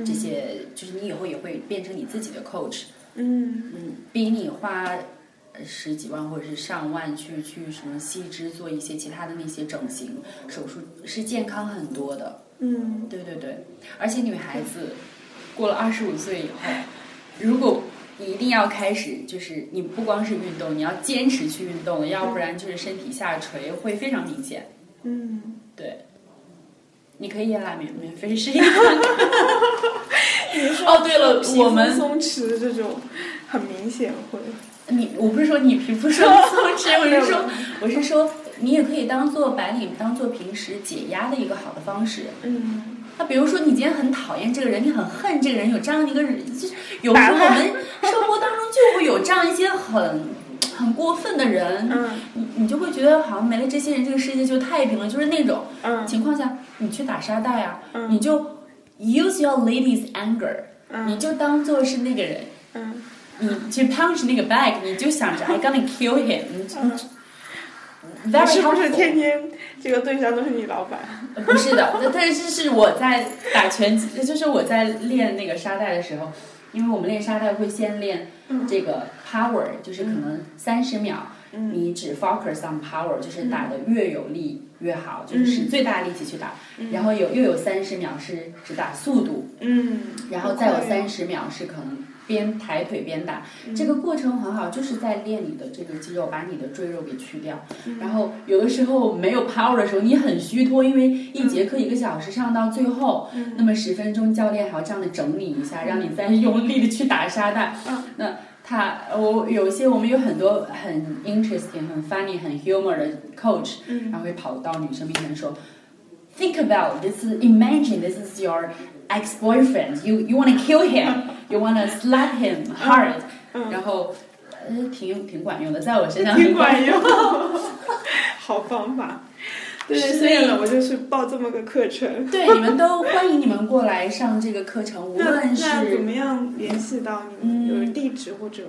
S3: 这些，就是你以后也会变成你自己的 coach，
S2: 嗯
S3: 嗯，比你花呃十几万或者是上万去去什么细致做一些其他的那些整形手术是健康很多的。
S2: 嗯
S3: 对对对，而且女孩子过了二十五岁以后，如果你一定要开始，就是你不光是运动，你要坚持去运动，要不然就是身体下垂会非常明显。
S2: 嗯，
S3: 对，你可以啦，免免费试一下。哦，对了，
S2: 皮
S3: 我
S2: 肤
S3: 们
S2: 松弛这种很明显会。
S3: 你我不是说你皮肤上的松弛，
S2: *laughs*
S3: 我是说我是说你也可以当做白领，当做平时解压的一个好的方式。
S2: 嗯，
S3: 那比如说，你今天很讨厌这个人，你很恨这个人，有这样的一个人，就是有时候我们生活当中就会有这样一些很很过分的人，
S2: 嗯
S3: 你你就会觉得好像没了这些人，这个世界就太平了，就是那种
S2: 嗯
S3: 情况下，你去打沙袋啊，
S2: 嗯
S3: 你就 use your lady's anger，、你就当做是那个人，
S2: 嗯
S3: 你去 punch 那个 bag，你就想着 I gonna kill him，你就
S2: 嗯，
S3: very
S2: 是 *laughs* 不是
S3: helpful
S2: 天天这个对象都是你老板？
S3: 呃不是的，但但是是我在打拳击，就是我在练那个沙袋的时候，因为我们练沙袋会先练这个 power，、就是可
S2: 嗯
S3: 能三十秒，你只 focus on power，就是
S2: 嗯
S3: 打的越有力越好，就是使最大力气去打。然后有又有三十秒是只打速度，
S2: 嗯，
S3: 然后再有
S2: 对
S3: 三十秒是可能。边抬腿边打，
S2: 嗯
S3: 这个过程很好，就是在练你的这个肌肉，把你的赘肉给去掉。然后有的时候没有 power 的时候，你很虚脱，因为一节课一个小时上到最后，那么十分钟教练还要这样的整理一下，
S2: 嗯
S3: 让你再用力的去打沙袋。那他呃我有些我们有很多很 interesting、很 funny、很 humor 的 coach，然后
S2: 嗯
S3: 会跑到女生面前说，think about this, is- imagine this is your ex-boyfriend, you you wanna kill him, you wanna slap him
S2: *laughs*
S3: hard，然后呃挺挺管用的，在我身
S2: 嗯 *laughs*
S3: 上
S2: 挺
S3: 很
S2: 管用，好方法。对，
S3: 是
S2: 所以呢，我就去报这么个课程。
S3: 对，你们都欢迎你们过来上这个课程，无
S2: 那
S3: 论
S2: 那怎
S3: 是
S2: 么样联系到你们？
S3: 嗯
S2: 有地址或者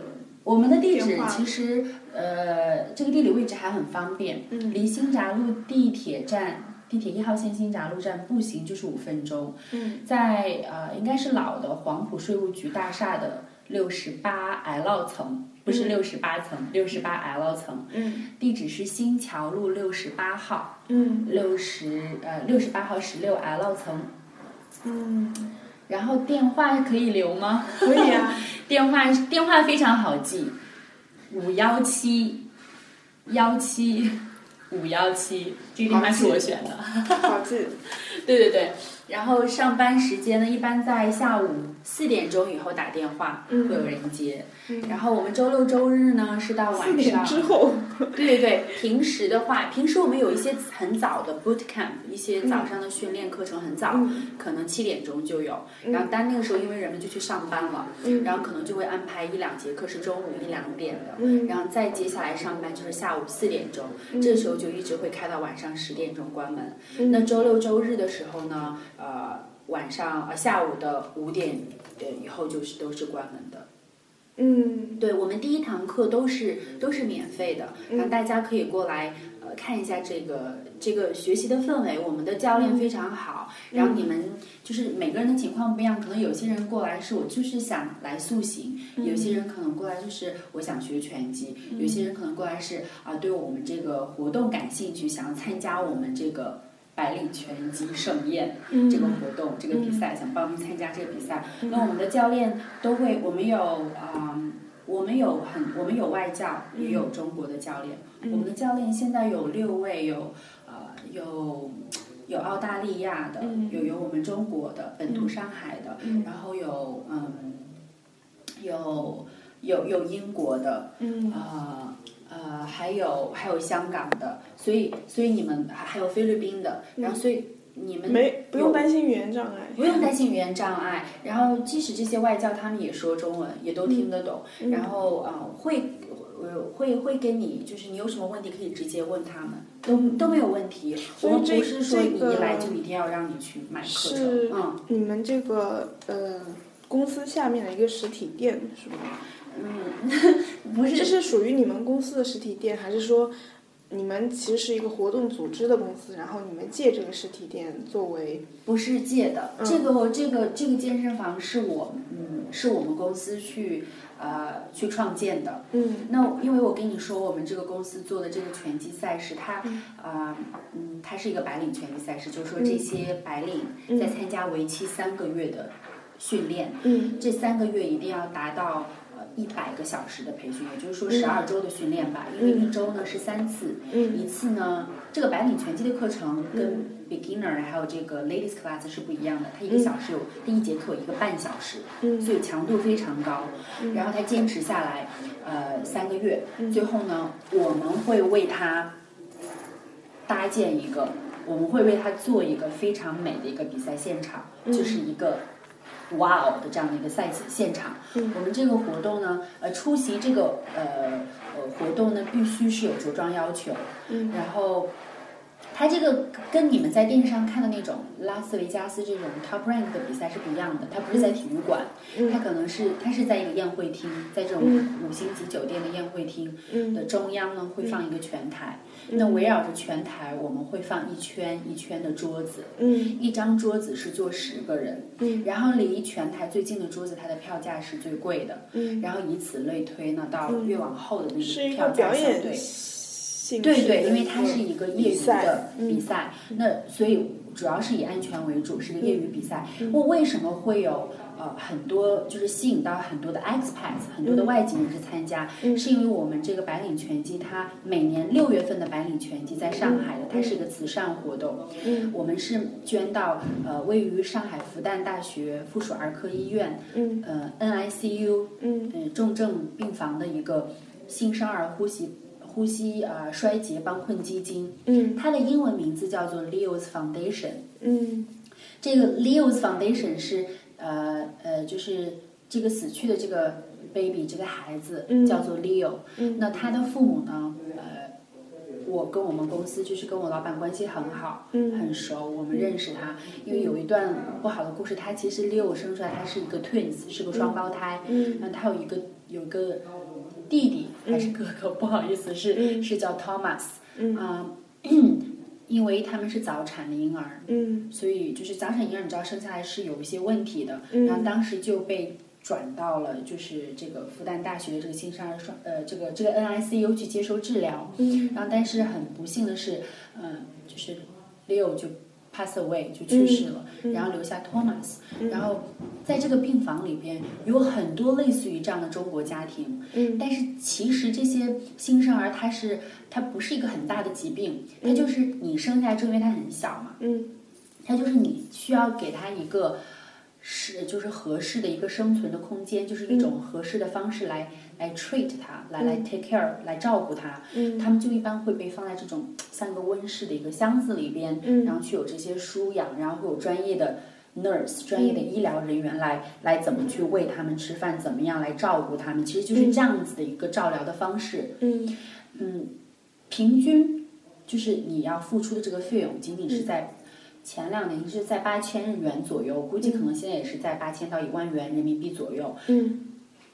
S3: 我们的地址
S2: 电话，
S3: 其实呃，这个地理位置还很方便，
S2: 嗯
S3: 离新闸路地铁站，地铁一号线新闸路站步行就是五分钟，
S2: 嗯
S3: 在呃应该是老的黄埔税务局大厦的六十八 L 层，不是
S2: 嗯
S3: 六十八层，六十八 L 层，
S2: 嗯
S3: 地址是新桥路六十八号，
S2: 嗯
S3: 六十呃六十八号十六 L 层，
S2: 嗯，
S3: 然后电话可以留吗？
S2: 可以啊。
S3: 电话电话非常好记，五幺七幺七五幺七，这个电话是我选的。
S2: 好记，
S3: 对对对，然后上班时间呢，一般在下午四点钟以后打电话，
S2: 嗯
S3: 会有人接。
S2: 嗯
S3: 然后我们周六周日呢是到
S2: 四
S3: 晚
S2: 点
S3: 上。
S2: 之后，
S3: 对对对，平时的话，平时我们有一些很早的 boot camp，一些早上的训练课程很早，
S2: 嗯
S3: 可能七点钟就有。然后但那个时候因为人们就去上班了，
S2: 嗯
S3: 然后可能就会安排一两节课是中午一两点的，
S2: 嗯
S3: 然后再接下来上班就是下午四点钟，这时候就一直会开到晚上十点钟关门。那周六周日的时候呢，呃，晚上呃下午的五点呃以后就是都是关门的。
S2: 嗯
S3: 对我们第一堂课都是都是免费的，然后大家可以过来呃看一下这个这个学习的氛围。我们的教练非常好，然后你们就是每个人的情况不一样，可能有些人过来是我就是想来塑形，有
S2: 嗯
S3: 些人可能过来就是我想学拳击，有些人可能过来是啊、对我们这个活动感兴趣，想要参加我们这个。白领拳击盛宴、
S2: 嗯
S3: 这个活动、这个比赛，想报名参加这个比赛，那我们的教练都会，我们有啊、嗯我们有很，我们有外教，也有中国的教练。
S2: 嗯
S3: 我们的教练现在有六位，有呃有有澳大利亚的，有有我们中国的本土上海的，然后有嗯有有有英国的，
S2: 嗯
S3: 呃呃还有还有香港的，所以所以你们还还有菲律宾的，然后所以你们
S2: 嗯没不
S3: 有
S2: 用担心语言障碍，
S3: 不用担心语言障碍。然后即使这些外教他们也说中文，也都听得懂。
S2: 嗯
S3: 然后啊、呃会呃会会给你，就是你有什么问题可以直接问他们，都都没有问题。我
S2: 以
S3: 们
S2: 这
S3: 不是说
S2: 这
S3: 你
S2: 个
S3: 一来就一定要让你去买课
S2: 是
S3: 程，嗯
S2: 你们这个呃公司下面的一个实体店是吗？
S3: 嗯，不
S2: 这
S3: 是。
S2: 是属于你们公司的实体店，还是说你们其实是一个活动组织的公司，然后你们借这个实体店作为
S3: 不是借的，这个这个这个健身房是我嗯是我们公司去呃去创建的，
S2: 嗯
S3: 那我因为我跟你说，我们这个公司做的这个拳击赛事，它啊、嗯，它是一个白领拳击赛事，就是说这些白领在参加为期三个月的训练，
S2: 嗯
S3: 这三个月一定要达到呃一百个小时的培训，也就是说十二周的训练吧，因为一周呢是三次，
S2: 嗯
S3: 一次呢这个白领拳击的课程跟 beginner 还有这个 ladies class 是不一样的，它一个小时有第一节课有一个半小时，所以强度非常高，然后他坚持下来呃三个月，最后呢我们会为他搭建一个。我们会为他做一个非常美的一个比赛现场，就是一个哇哦的这样的一个赛季现场。我们这个活动呢，呃，出席这个呃呃活动呢，必须是有着装要求，然后。它这个跟你们在电视上看的那种拉斯维加斯这种 top rank 的比赛是不一样的，它不是在体育馆，它可能是它是在一个宴会厅，在这种
S2: 嗯
S3: 五星级酒店的宴会厅的中央呢会
S2: 嗯
S3: 放一个拳台，那围绕着拳台我们会放一圈一圈的桌子，一张桌子是坐十个人，
S2: 嗯
S3: 然后离拳台最近的桌子它的票价是最贵的，然后以此类推呢到越往后的那
S2: 嗯是一
S3: 个
S2: 个
S3: 票价
S2: 表
S3: 相
S2: 演
S3: 对。
S2: 性
S3: 对
S2: 质
S3: 对，
S2: 的
S3: 因为
S2: 一
S3: 它
S2: 个
S3: 是一个业余的比赛，那所以主要是以安全为主，是个业余比赛。我、为什么会有呃很多就是吸引到很多的 expats，很多的外籍人士参加，是因为我们这个白领拳击，它每年六月份的白领拳击在上海的，它是一个慈善活动，我们是捐到呃位于上海复旦大学附属儿科医院，嗯，呃 NICU，嗯、重症病房的一个新生儿呼吸呼吸啊、呃衰竭帮困基金，嗯，它的英文名字叫做 Leo's Foundation，
S2: 嗯
S3: 这个 Leo's Foundation 是呃呃，就是这个死去的这个 baby 这个孩子、叫做 Leo，、那他的父母呢，呃，我跟我们公司就是跟我老板关系很好，很熟，我们认识他，因为有一段不好的故事，他其实 Leo 生出来他是一个 twins，是个双胞胎，嗯，那他有一个有一个弟弟还是哥哥，不好意思，是、是叫 Thomas，嗯啊、 *clears throat* 因为他们是早产的婴儿，
S2: 嗯
S3: 所以就是早产婴儿，你知道生下来是有一些问题的，然后当时就被转到了就是这个复旦大学的这个新生儿双呃这个这个 NICU 去接受治疗，然后但是很不幸的是，嗯、就是 Leo 就 pass away 就去世了，然后留下 Thomas，、然
S2: 嗯
S3: 后在这个病房里边有很多类似于这样的中国家庭，
S2: 嗯
S3: 但是其实这些新生儿他是他不是一个很大的疾病，他就是你生下来就因为他很小嘛，
S2: 嗯
S3: 它就是你需要给它一个是就是合适的一个生存的空间，就是一
S2: 嗯
S3: 种合适的方式来、来 treat 它，来、来 take care 来照顾它。
S2: 嗯
S3: 他们就一般会被放在这种像一个温室的一个箱子里边，
S2: 嗯
S3: 然后去有这些舒养，然后会有专业的 nurse 专业的医疗人员来来怎么去喂他们吃饭，怎么样来照顾他们，其实就是这样子的一个照疗的方式。
S2: 嗯
S3: 嗯，平均就是你要付出的这个费用，仅
S2: 嗯
S3: 仅是在前两年是在八千日元左右，估计可能现在也是在八千到一万元人民币左右。
S2: 嗯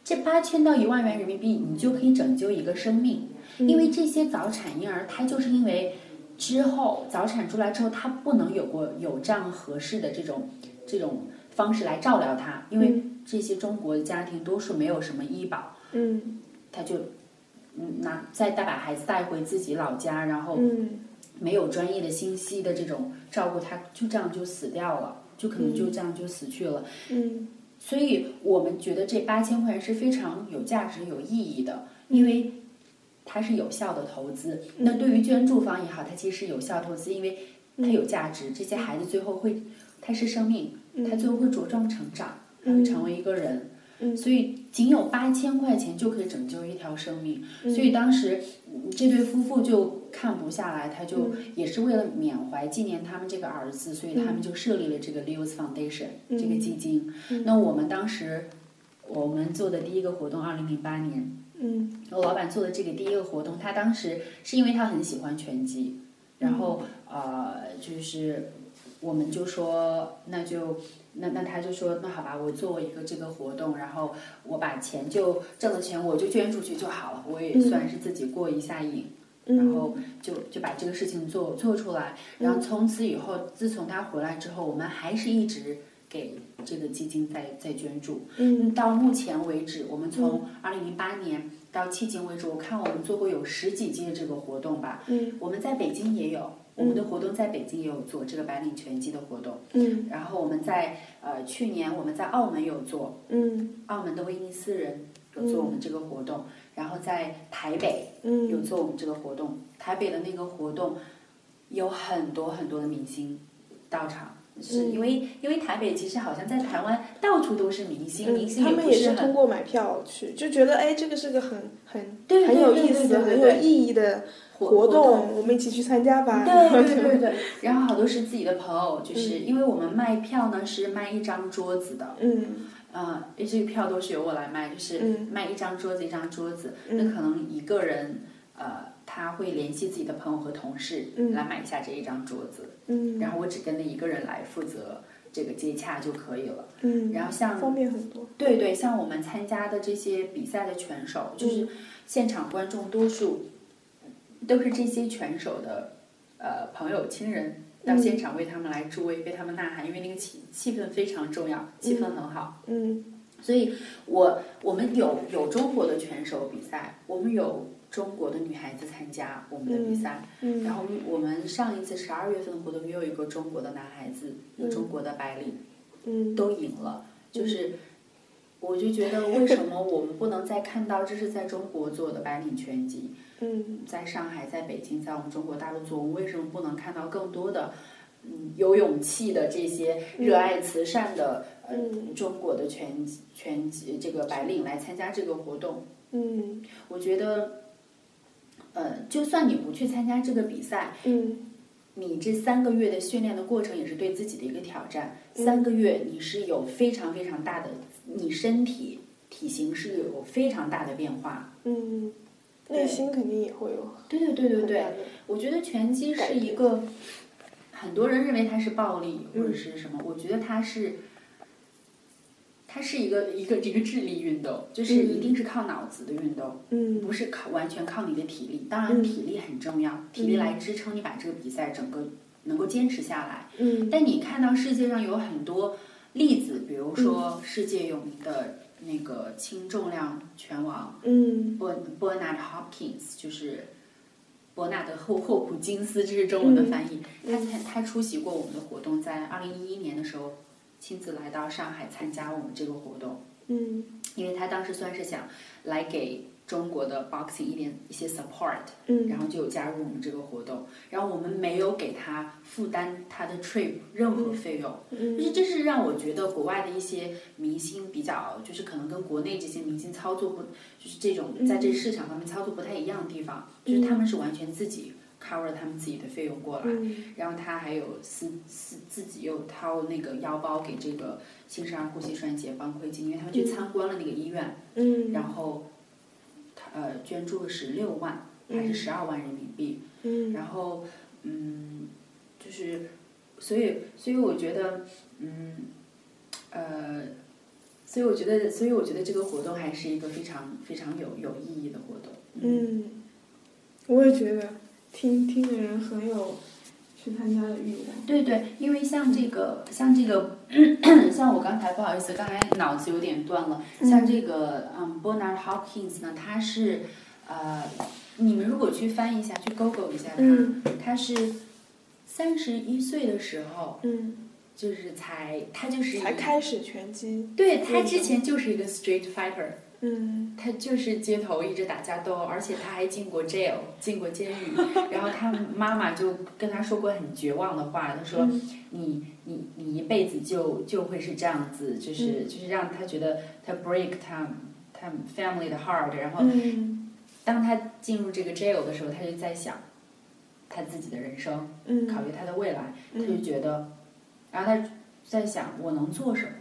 S3: 这八千到一万元人民币，你就可以拯救一个生命，因为这些早产婴儿，他就是因为之后早产出来之后，他不能有过有这样合适的这种这种方式来照料他，因为这些中国家庭多数没有什么医保，
S2: 嗯
S3: 他就嗯拿再带把孩子带回自己老家，然后
S2: 嗯
S3: 没有专业的信息的这种照顾他，就这样就死掉了，就可能就这样就死去了。
S2: 嗯
S3: 所以我们觉得这八千块钱是非常有价值、有意义的，因为它是有效的投资。那对于捐助方也好，它其实是有效投资，因为它有价值。这些孩子最后会，他是生命，
S2: 嗯
S3: 他最后会茁壮成长，他会成为一个人。所以仅有八千块钱就可以拯救一条生命。所以当时嗯这对夫妇就看不下来，他就也是为了缅怀纪念他们这个儿子，所以他们就设立了这个 Leo's Foundation 这个基金。那我们当时我们做的第一个活动，二零零八年，
S2: 嗯
S3: 我老板做的这个第一个活动，他当时是因为他很喜欢拳击，然后呃，就是我们就说那就。那那他就说那好吧，我做一个这个活动，然后我把钱就挣的钱我就捐出去就好了，我也算是自己过一下瘾。然后就就把这个事情做做出来，然后从此以后，自从他回来之后，我们还是一直给这个基金在在捐助。嗯，到目前为止，我们
S2: 嗯
S3: 从二零零八年到迄今为止，我看我们做过有十几届这个活动吧。
S2: 嗯，
S3: 我们在北京也有，我们的活动在北京也有做这个白领拳击的活动。
S2: 嗯
S3: 然后我们在呃去年我们在澳门有做，
S2: 嗯
S3: 澳门的威尼斯人有做我们这个活动，然后在台北
S2: 嗯
S3: 有做我们这个活动，台北的那个活动有很多很多的明星到场。
S2: 嗯
S3: 是因为，因为台北其实好像在台湾到处都是明星，明
S2: 嗯
S3: 星
S2: 他
S3: 也
S2: 们
S3: 不
S2: 也
S3: 是
S2: 是
S3: 很
S2: 通过买票去，就觉得哎，这个是个很很
S3: 对
S2: 很有
S3: 对
S2: 意
S3: 对
S2: 思、
S3: 对对
S2: 很
S3: 对
S2: 有意义的
S3: 活
S2: 活
S3: 动
S2: 动，我们一起去参加吧。
S3: 对对对 *laughs* 对，然后好多是自己的朋友，就是因为我们卖票呢是卖一张桌子的，
S2: 嗯
S3: 啊、因为这个票都是由我来卖，就是
S2: 嗯
S3: 卖一张桌子一张桌子，
S2: 嗯
S3: 那可能一个人呃他会联系自己的朋友和同事
S2: 嗯
S3: 来买下这一张桌子，
S2: 嗯
S3: 然后我只跟那一个人来负责这个接洽就可以了。
S2: 嗯，
S3: 然后像
S2: 方便很多。
S3: 对对，像我们参加的这些比赛的拳手，
S2: 嗯
S3: 就是现场观众多数都是这些拳手的呃朋友、亲人
S2: 嗯
S3: 到现场为他们来助威、为他们呐喊，因为那个气气氛非常重要，气氛很好。
S2: 嗯
S3: 所以我我们有有中国的拳手比赛，我们有中国的女孩子参加我们的比赛，然
S2: 嗯
S3: 后我们上一次十二月份的活动也有一个中国的男孩子，有中国的白领。
S2: 嗯，
S3: 都赢了，就是。我就觉得，为什么我们不能再看到这是在中国做的白领拳击，
S2: 嗯
S3: 在上海、在北京、在我们中国大陆做，我们为什么不能看到更多的，嗯，有勇气的这些热爱慈善的，呃，中国的拳击拳击这个白领来参加这个活动？
S2: 嗯
S3: 我觉得，呃，就算你不去参加这个比赛，
S2: 嗯
S3: 你这三个月的训练的过程也是对自己的一个挑战。三个月你是有非常非常大的，你身体体型是有非常大的变化。
S2: 嗯，
S3: 对
S2: 内心肯定也会有
S3: 对对对对
S2: 很大
S3: 对，
S2: 的。
S3: 我觉得拳击是一个，很多人认为它是暴力或者是什么，我觉得它是。它是一个一个一个智力运动，就是一定是靠脑子的运动，
S2: 嗯
S3: 不是靠完全靠你的体力。当
S2: 嗯
S3: 然，体力很重要，体力来支撑你把这个比赛整个能够坚持下来。
S2: 嗯
S3: 但你看到世界上有很多例子，比如说世界有名的那个轻重量拳王
S2: 嗯
S3: 伯伯纳德 Hopkins，就是伯纳德霍霍普金斯，这是中文的翻译。
S2: 嗯
S3: 他他出席过我们的活动，在二零一一年的时候亲自来到上海参加我们这个活动，
S2: 嗯
S3: 因为他当时算是想来给中国的 boxing 一点一些 support。
S2: 嗯
S3: 然后就有加入我们这个活动，然后我们没有给他负担他的 trip 任何
S2: 嗯
S3: 费用，就是这是让我觉得国外的一些明星比较，就是可能跟国内这些明星操作不，就是这种在这市场方面操作不太一样的地方，就是他们是完全自己 cover 他们自己的费用过来，
S2: 嗯
S3: 然后他还有私私自己又掏那个腰包给这个新生儿呼吸衰竭帮亏金，因为他们去参观了那个医院，
S2: 嗯，
S3: 然后，他呃，捐助了十六万还是十二万人民币，
S2: 嗯
S3: 然后嗯，就是，所以所以我觉得嗯，呃，所以我觉得所以我觉得这个活动还是一个非常非常有有意义的活动，
S2: 嗯，我也觉得听听的人很有去参加的欲望。
S3: 对对，因为像这个，像这个， *clears throat* 像我刚才不好意思，刚才脑子有点断了。像这个，嗯，Bernard Hopkins 呢，他是，呃，你们如果去翻译一下，去 Google 一下他，
S2: 嗯
S3: 他是三十一岁的时候，
S2: 嗯，
S3: 就是才他就是
S2: 才
S3: 一，
S2: 开始拳击。
S3: 对他之前就是一个 street fighter，
S2: 嗯
S3: 他就是街头一直打架斗殴，而且他还进过 jail，进过监狱。然后他妈妈就跟他说过很绝望的话，他说：“你你你一辈子就就会是这样子，就是、
S2: 嗯
S3: 就是让他觉得他 break 他他 family 的 heart。”然后
S2: 嗯
S3: 当他进入这个 jail 的时候，他就在想他自己的人生，
S2: 嗯
S3: 考虑他的未来，他
S2: 嗯
S3: 就觉得，然后他在想我能做什么？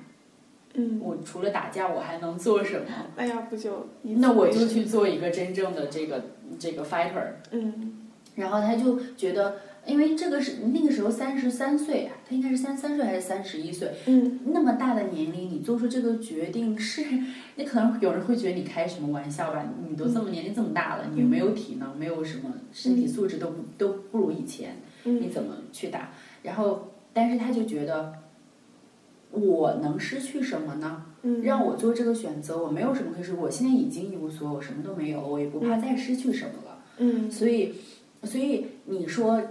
S2: 嗯，
S3: 我除了打架，我还能做什么？
S2: 那要不就以
S3: 那
S2: 此
S3: 我
S2: 为
S3: 就
S2: 生
S3: 去做一个真正的这个这个 fighter。
S2: 嗯
S3: 然后他就觉得，因为这个是那个时候三十三岁啊，他应该是三三岁还是三十一岁，
S2: 嗯
S3: 那么大的年龄，你做出这个决定是， *laughs* 那可能有人会觉得你开什么玩笑吧？你都这么年龄这么大了，你没有体能，没有什么身体素质都不都不如以前，你怎么去打？然后，但是他就觉得，我能失去什么呢？
S2: 嗯
S3: 让我做这个选择，我没有什么可以失去，我现在已经一无所有，什么都没有了，我也不怕再失去什么了。
S2: 嗯
S3: 所以，所以你说，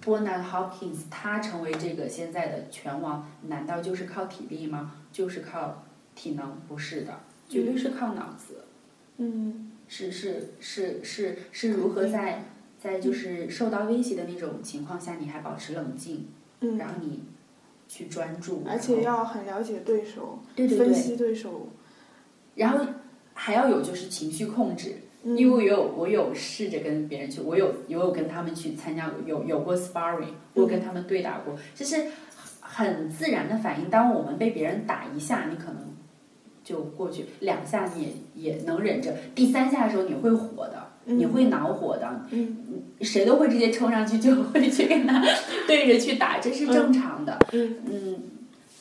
S3: 波南 Hopkins 他成为这个现在的拳王，难道就是靠体力吗？就是靠体能？不是的，绝对是靠脑子。
S2: 嗯
S3: 是是是是是如何在在
S2: 嗯
S3: 就是受到威胁的那种情况下，你还保持冷静，
S2: 嗯，
S3: 然后你去专注，
S2: 而且
S3: 然后
S2: 要很了解对手，
S3: 对对
S2: 分
S3: 对，
S2: 析对手，
S3: 然后还要有就是情绪控制，
S2: 嗯
S3: 因为我有我有试着跟别人去，我有我有跟他们去参加有有过 sparring，我有跟他们对打过，这是很自然的反应。当我们被别人打一下，你可能就过去两下，你也也能忍着，第三下的时候你会火的，你会恼火的，
S2: 嗯
S3: 谁都会直接冲上去就会去跟他对着去打，这是正常的。
S2: 嗯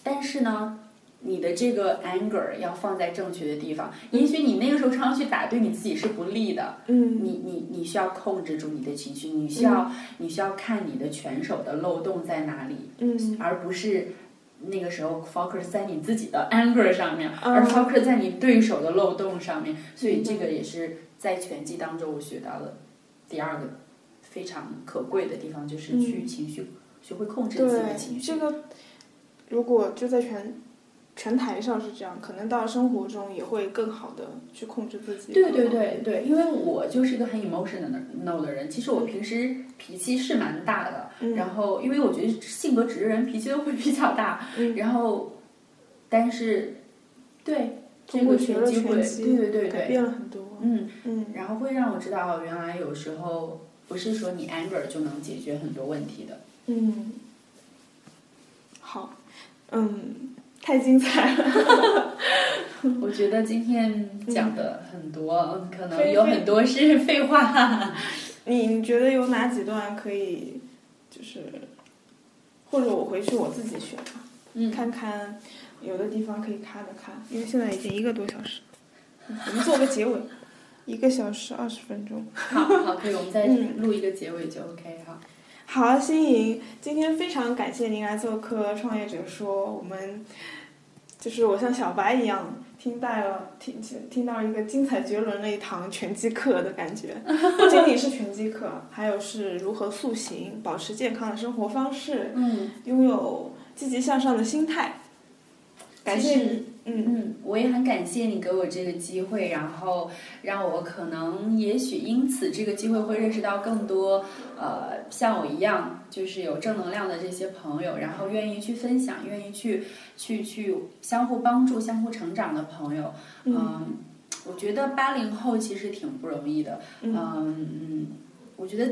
S3: 但是呢，你的这个 anger 要放在正确的地方。也许你那个时候冲上去打，对你自己是不利的。
S2: 嗯
S3: 你你你需要控制住你的情绪，你需要、你需要看你的拳手的漏洞在哪里，
S2: 嗯
S3: 而不是那个时候 focus 在你自己的 anger 上面，
S2: 嗯
S3: 而 focus 在你对手的漏洞上面。所以这个也是在拳击当中我学到的第二个非常可贵的地方，就是去情绪、学会控制自己的情
S2: 嗯对，
S3: 绪
S2: 这。个如果就在拳拳台上是这样，可能到生活中也会更好的去控制自己。
S3: 对对，对对，因为我就是一个很 emotional 的 no 的人，其实我平时脾气是蛮大的，
S2: 嗯
S3: 然后因为我觉得性格直的人脾气都会比较大，
S2: 嗯
S3: 然后但是对这
S2: 通过
S3: 个
S2: 学
S3: 拳
S2: 了
S3: 击会，
S2: 拳击，
S3: 对对对
S2: 改
S3: 对，
S2: 变了很多。
S3: 嗯，
S2: 嗯
S3: 然后会让我知道哦原来有时候不是说你 anger 就能解决很多问 *laughs* 题的，
S2: 嗯，好，嗯，太精彩了。
S3: 我觉得今天讲的很多，可能
S2: 非
S3: 有
S2: 非
S3: 很多是 *laughs* 废话。
S2: *laughs* 你你觉得有哪几段可以，就是，或者我回去我自己选吧，
S3: 嗯
S2: 看看有的地方可以卡的卡，因为现在已经一个多小时了，我们做个结尾，一个小时二十分钟。
S3: 好 *laughs* 好，可以，我们再
S2: 嗯
S3: 录一个结尾就 OK 哈。
S2: 好，新颖，今天非常感谢您来做客《创业者说》，我们就是我像小白一样，听到了听听听到一个精彩绝伦的一堂拳击课的感
S3: *laughs*
S2: 觉，不仅仅是拳击课，还有是如何塑形、保持健康的生活方式，
S3: 嗯，
S2: 拥有积极向上的心态。感谢
S3: 其实
S2: 你，嗯
S3: 嗯，我也很感谢你给我这个机会，然后让我可能也许因此这个机会会认识到更多呃像我一样就是有正能量的这些朋友，然后愿意去分享，愿意去去去相互帮助、相互成长的朋友。嗯，
S2: 嗯
S3: 我觉得八零后其实挺不容易的。嗯
S2: 嗯
S3: 嗯，我觉得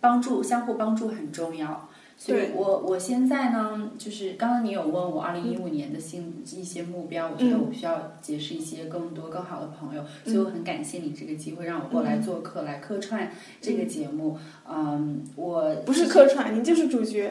S3: 帮助相互帮助很重要。所以
S2: 对
S3: 我我现在呢，就是刚刚你有问我二零一五年的新一些目标，我觉得我需要结识一些更多更好的朋友，所以我很感谢你这个机会让我过来做客，来客串这个节目。嗯，我
S2: 不是客串，你就是主角。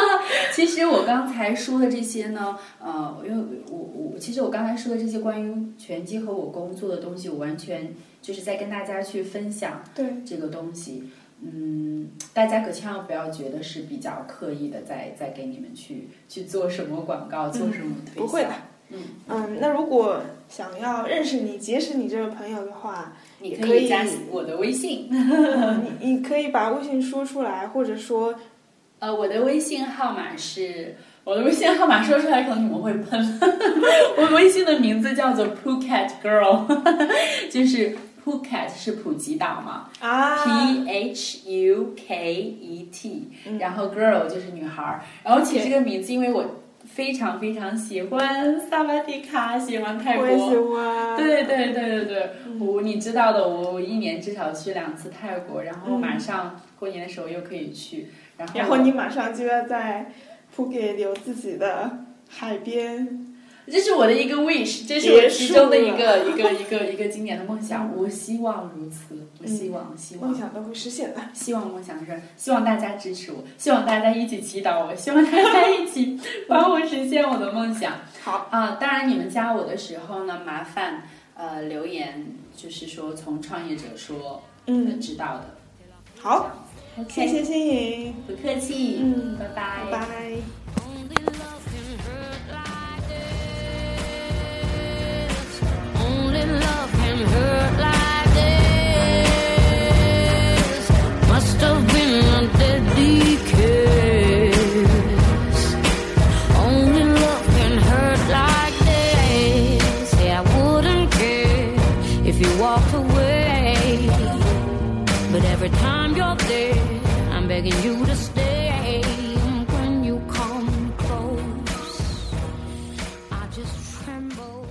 S3: *laughs* 其实我刚才说的这些呢，呃，因为我我我其实我刚才说的这些关于拳击和我工作的东西，我完全就是在跟大家去分享
S2: 对，
S3: 这个东西。嗯，大家可千万不要觉得是比较刻意的在在给你们去去做什么广告，做什么推销。
S2: 不会的
S3: 嗯，
S2: 嗯，那如果想要认识你、结识你这位朋友的
S3: *laughs*
S2: 话，
S3: 你
S2: 也
S3: 可
S2: 可以
S3: 以加我的微信，
S2: 嗯你你可以把微信说出来，或者说
S3: 呃，我的微信号码是。我的微信号码说出来可能你们会喷， *laughs* 我微信的名字叫做 Phuket Girl，就是 Phuket 是普吉岛嘛，
S2: 啊，
S3: P H U K E T，、
S2: 嗯
S3: 然后 girl 就是女孩儿，然后起这个名字，因为我非常非常喜欢萨瓦迪卡，喜欢泰
S2: 我也喜
S3: 国。
S2: 欢，
S3: 对对对对对，
S2: 嗯
S3: 我你知道的，我我一年至少去两次泰国，然后马上过年的时候又可以去，然后
S2: 嗯然后你马上就要在ภู给有自己的海边，
S3: 这是我的一个 wish，这是我其中的一个
S2: 啊
S3: 一个一个一个今年的梦想，我希望如此，我希望希
S2: 嗯
S3: 望
S2: 梦想都会实现的。
S3: 希望梦想是，希望大家支持我，希望大家一起祈祷我，希望大家一起帮我实现我的梦想。
S2: 好，
S3: 啊，当然你们加我的时候呢，麻烦呃留言，就是说从创业者说呃
S2: 嗯，
S3: 知道的。
S2: 好，
S3: OK，
S2: 谢谢新颖，
S3: 不客气，
S2: 嗯
S3: 拜拜
S2: 拜拜。
S1: Only love can hurt like this. Only love can hurt like this. Must have been a deadly kiss. Only love can hurt like this. Yeah, I wouldn't care if you walked. Rambo.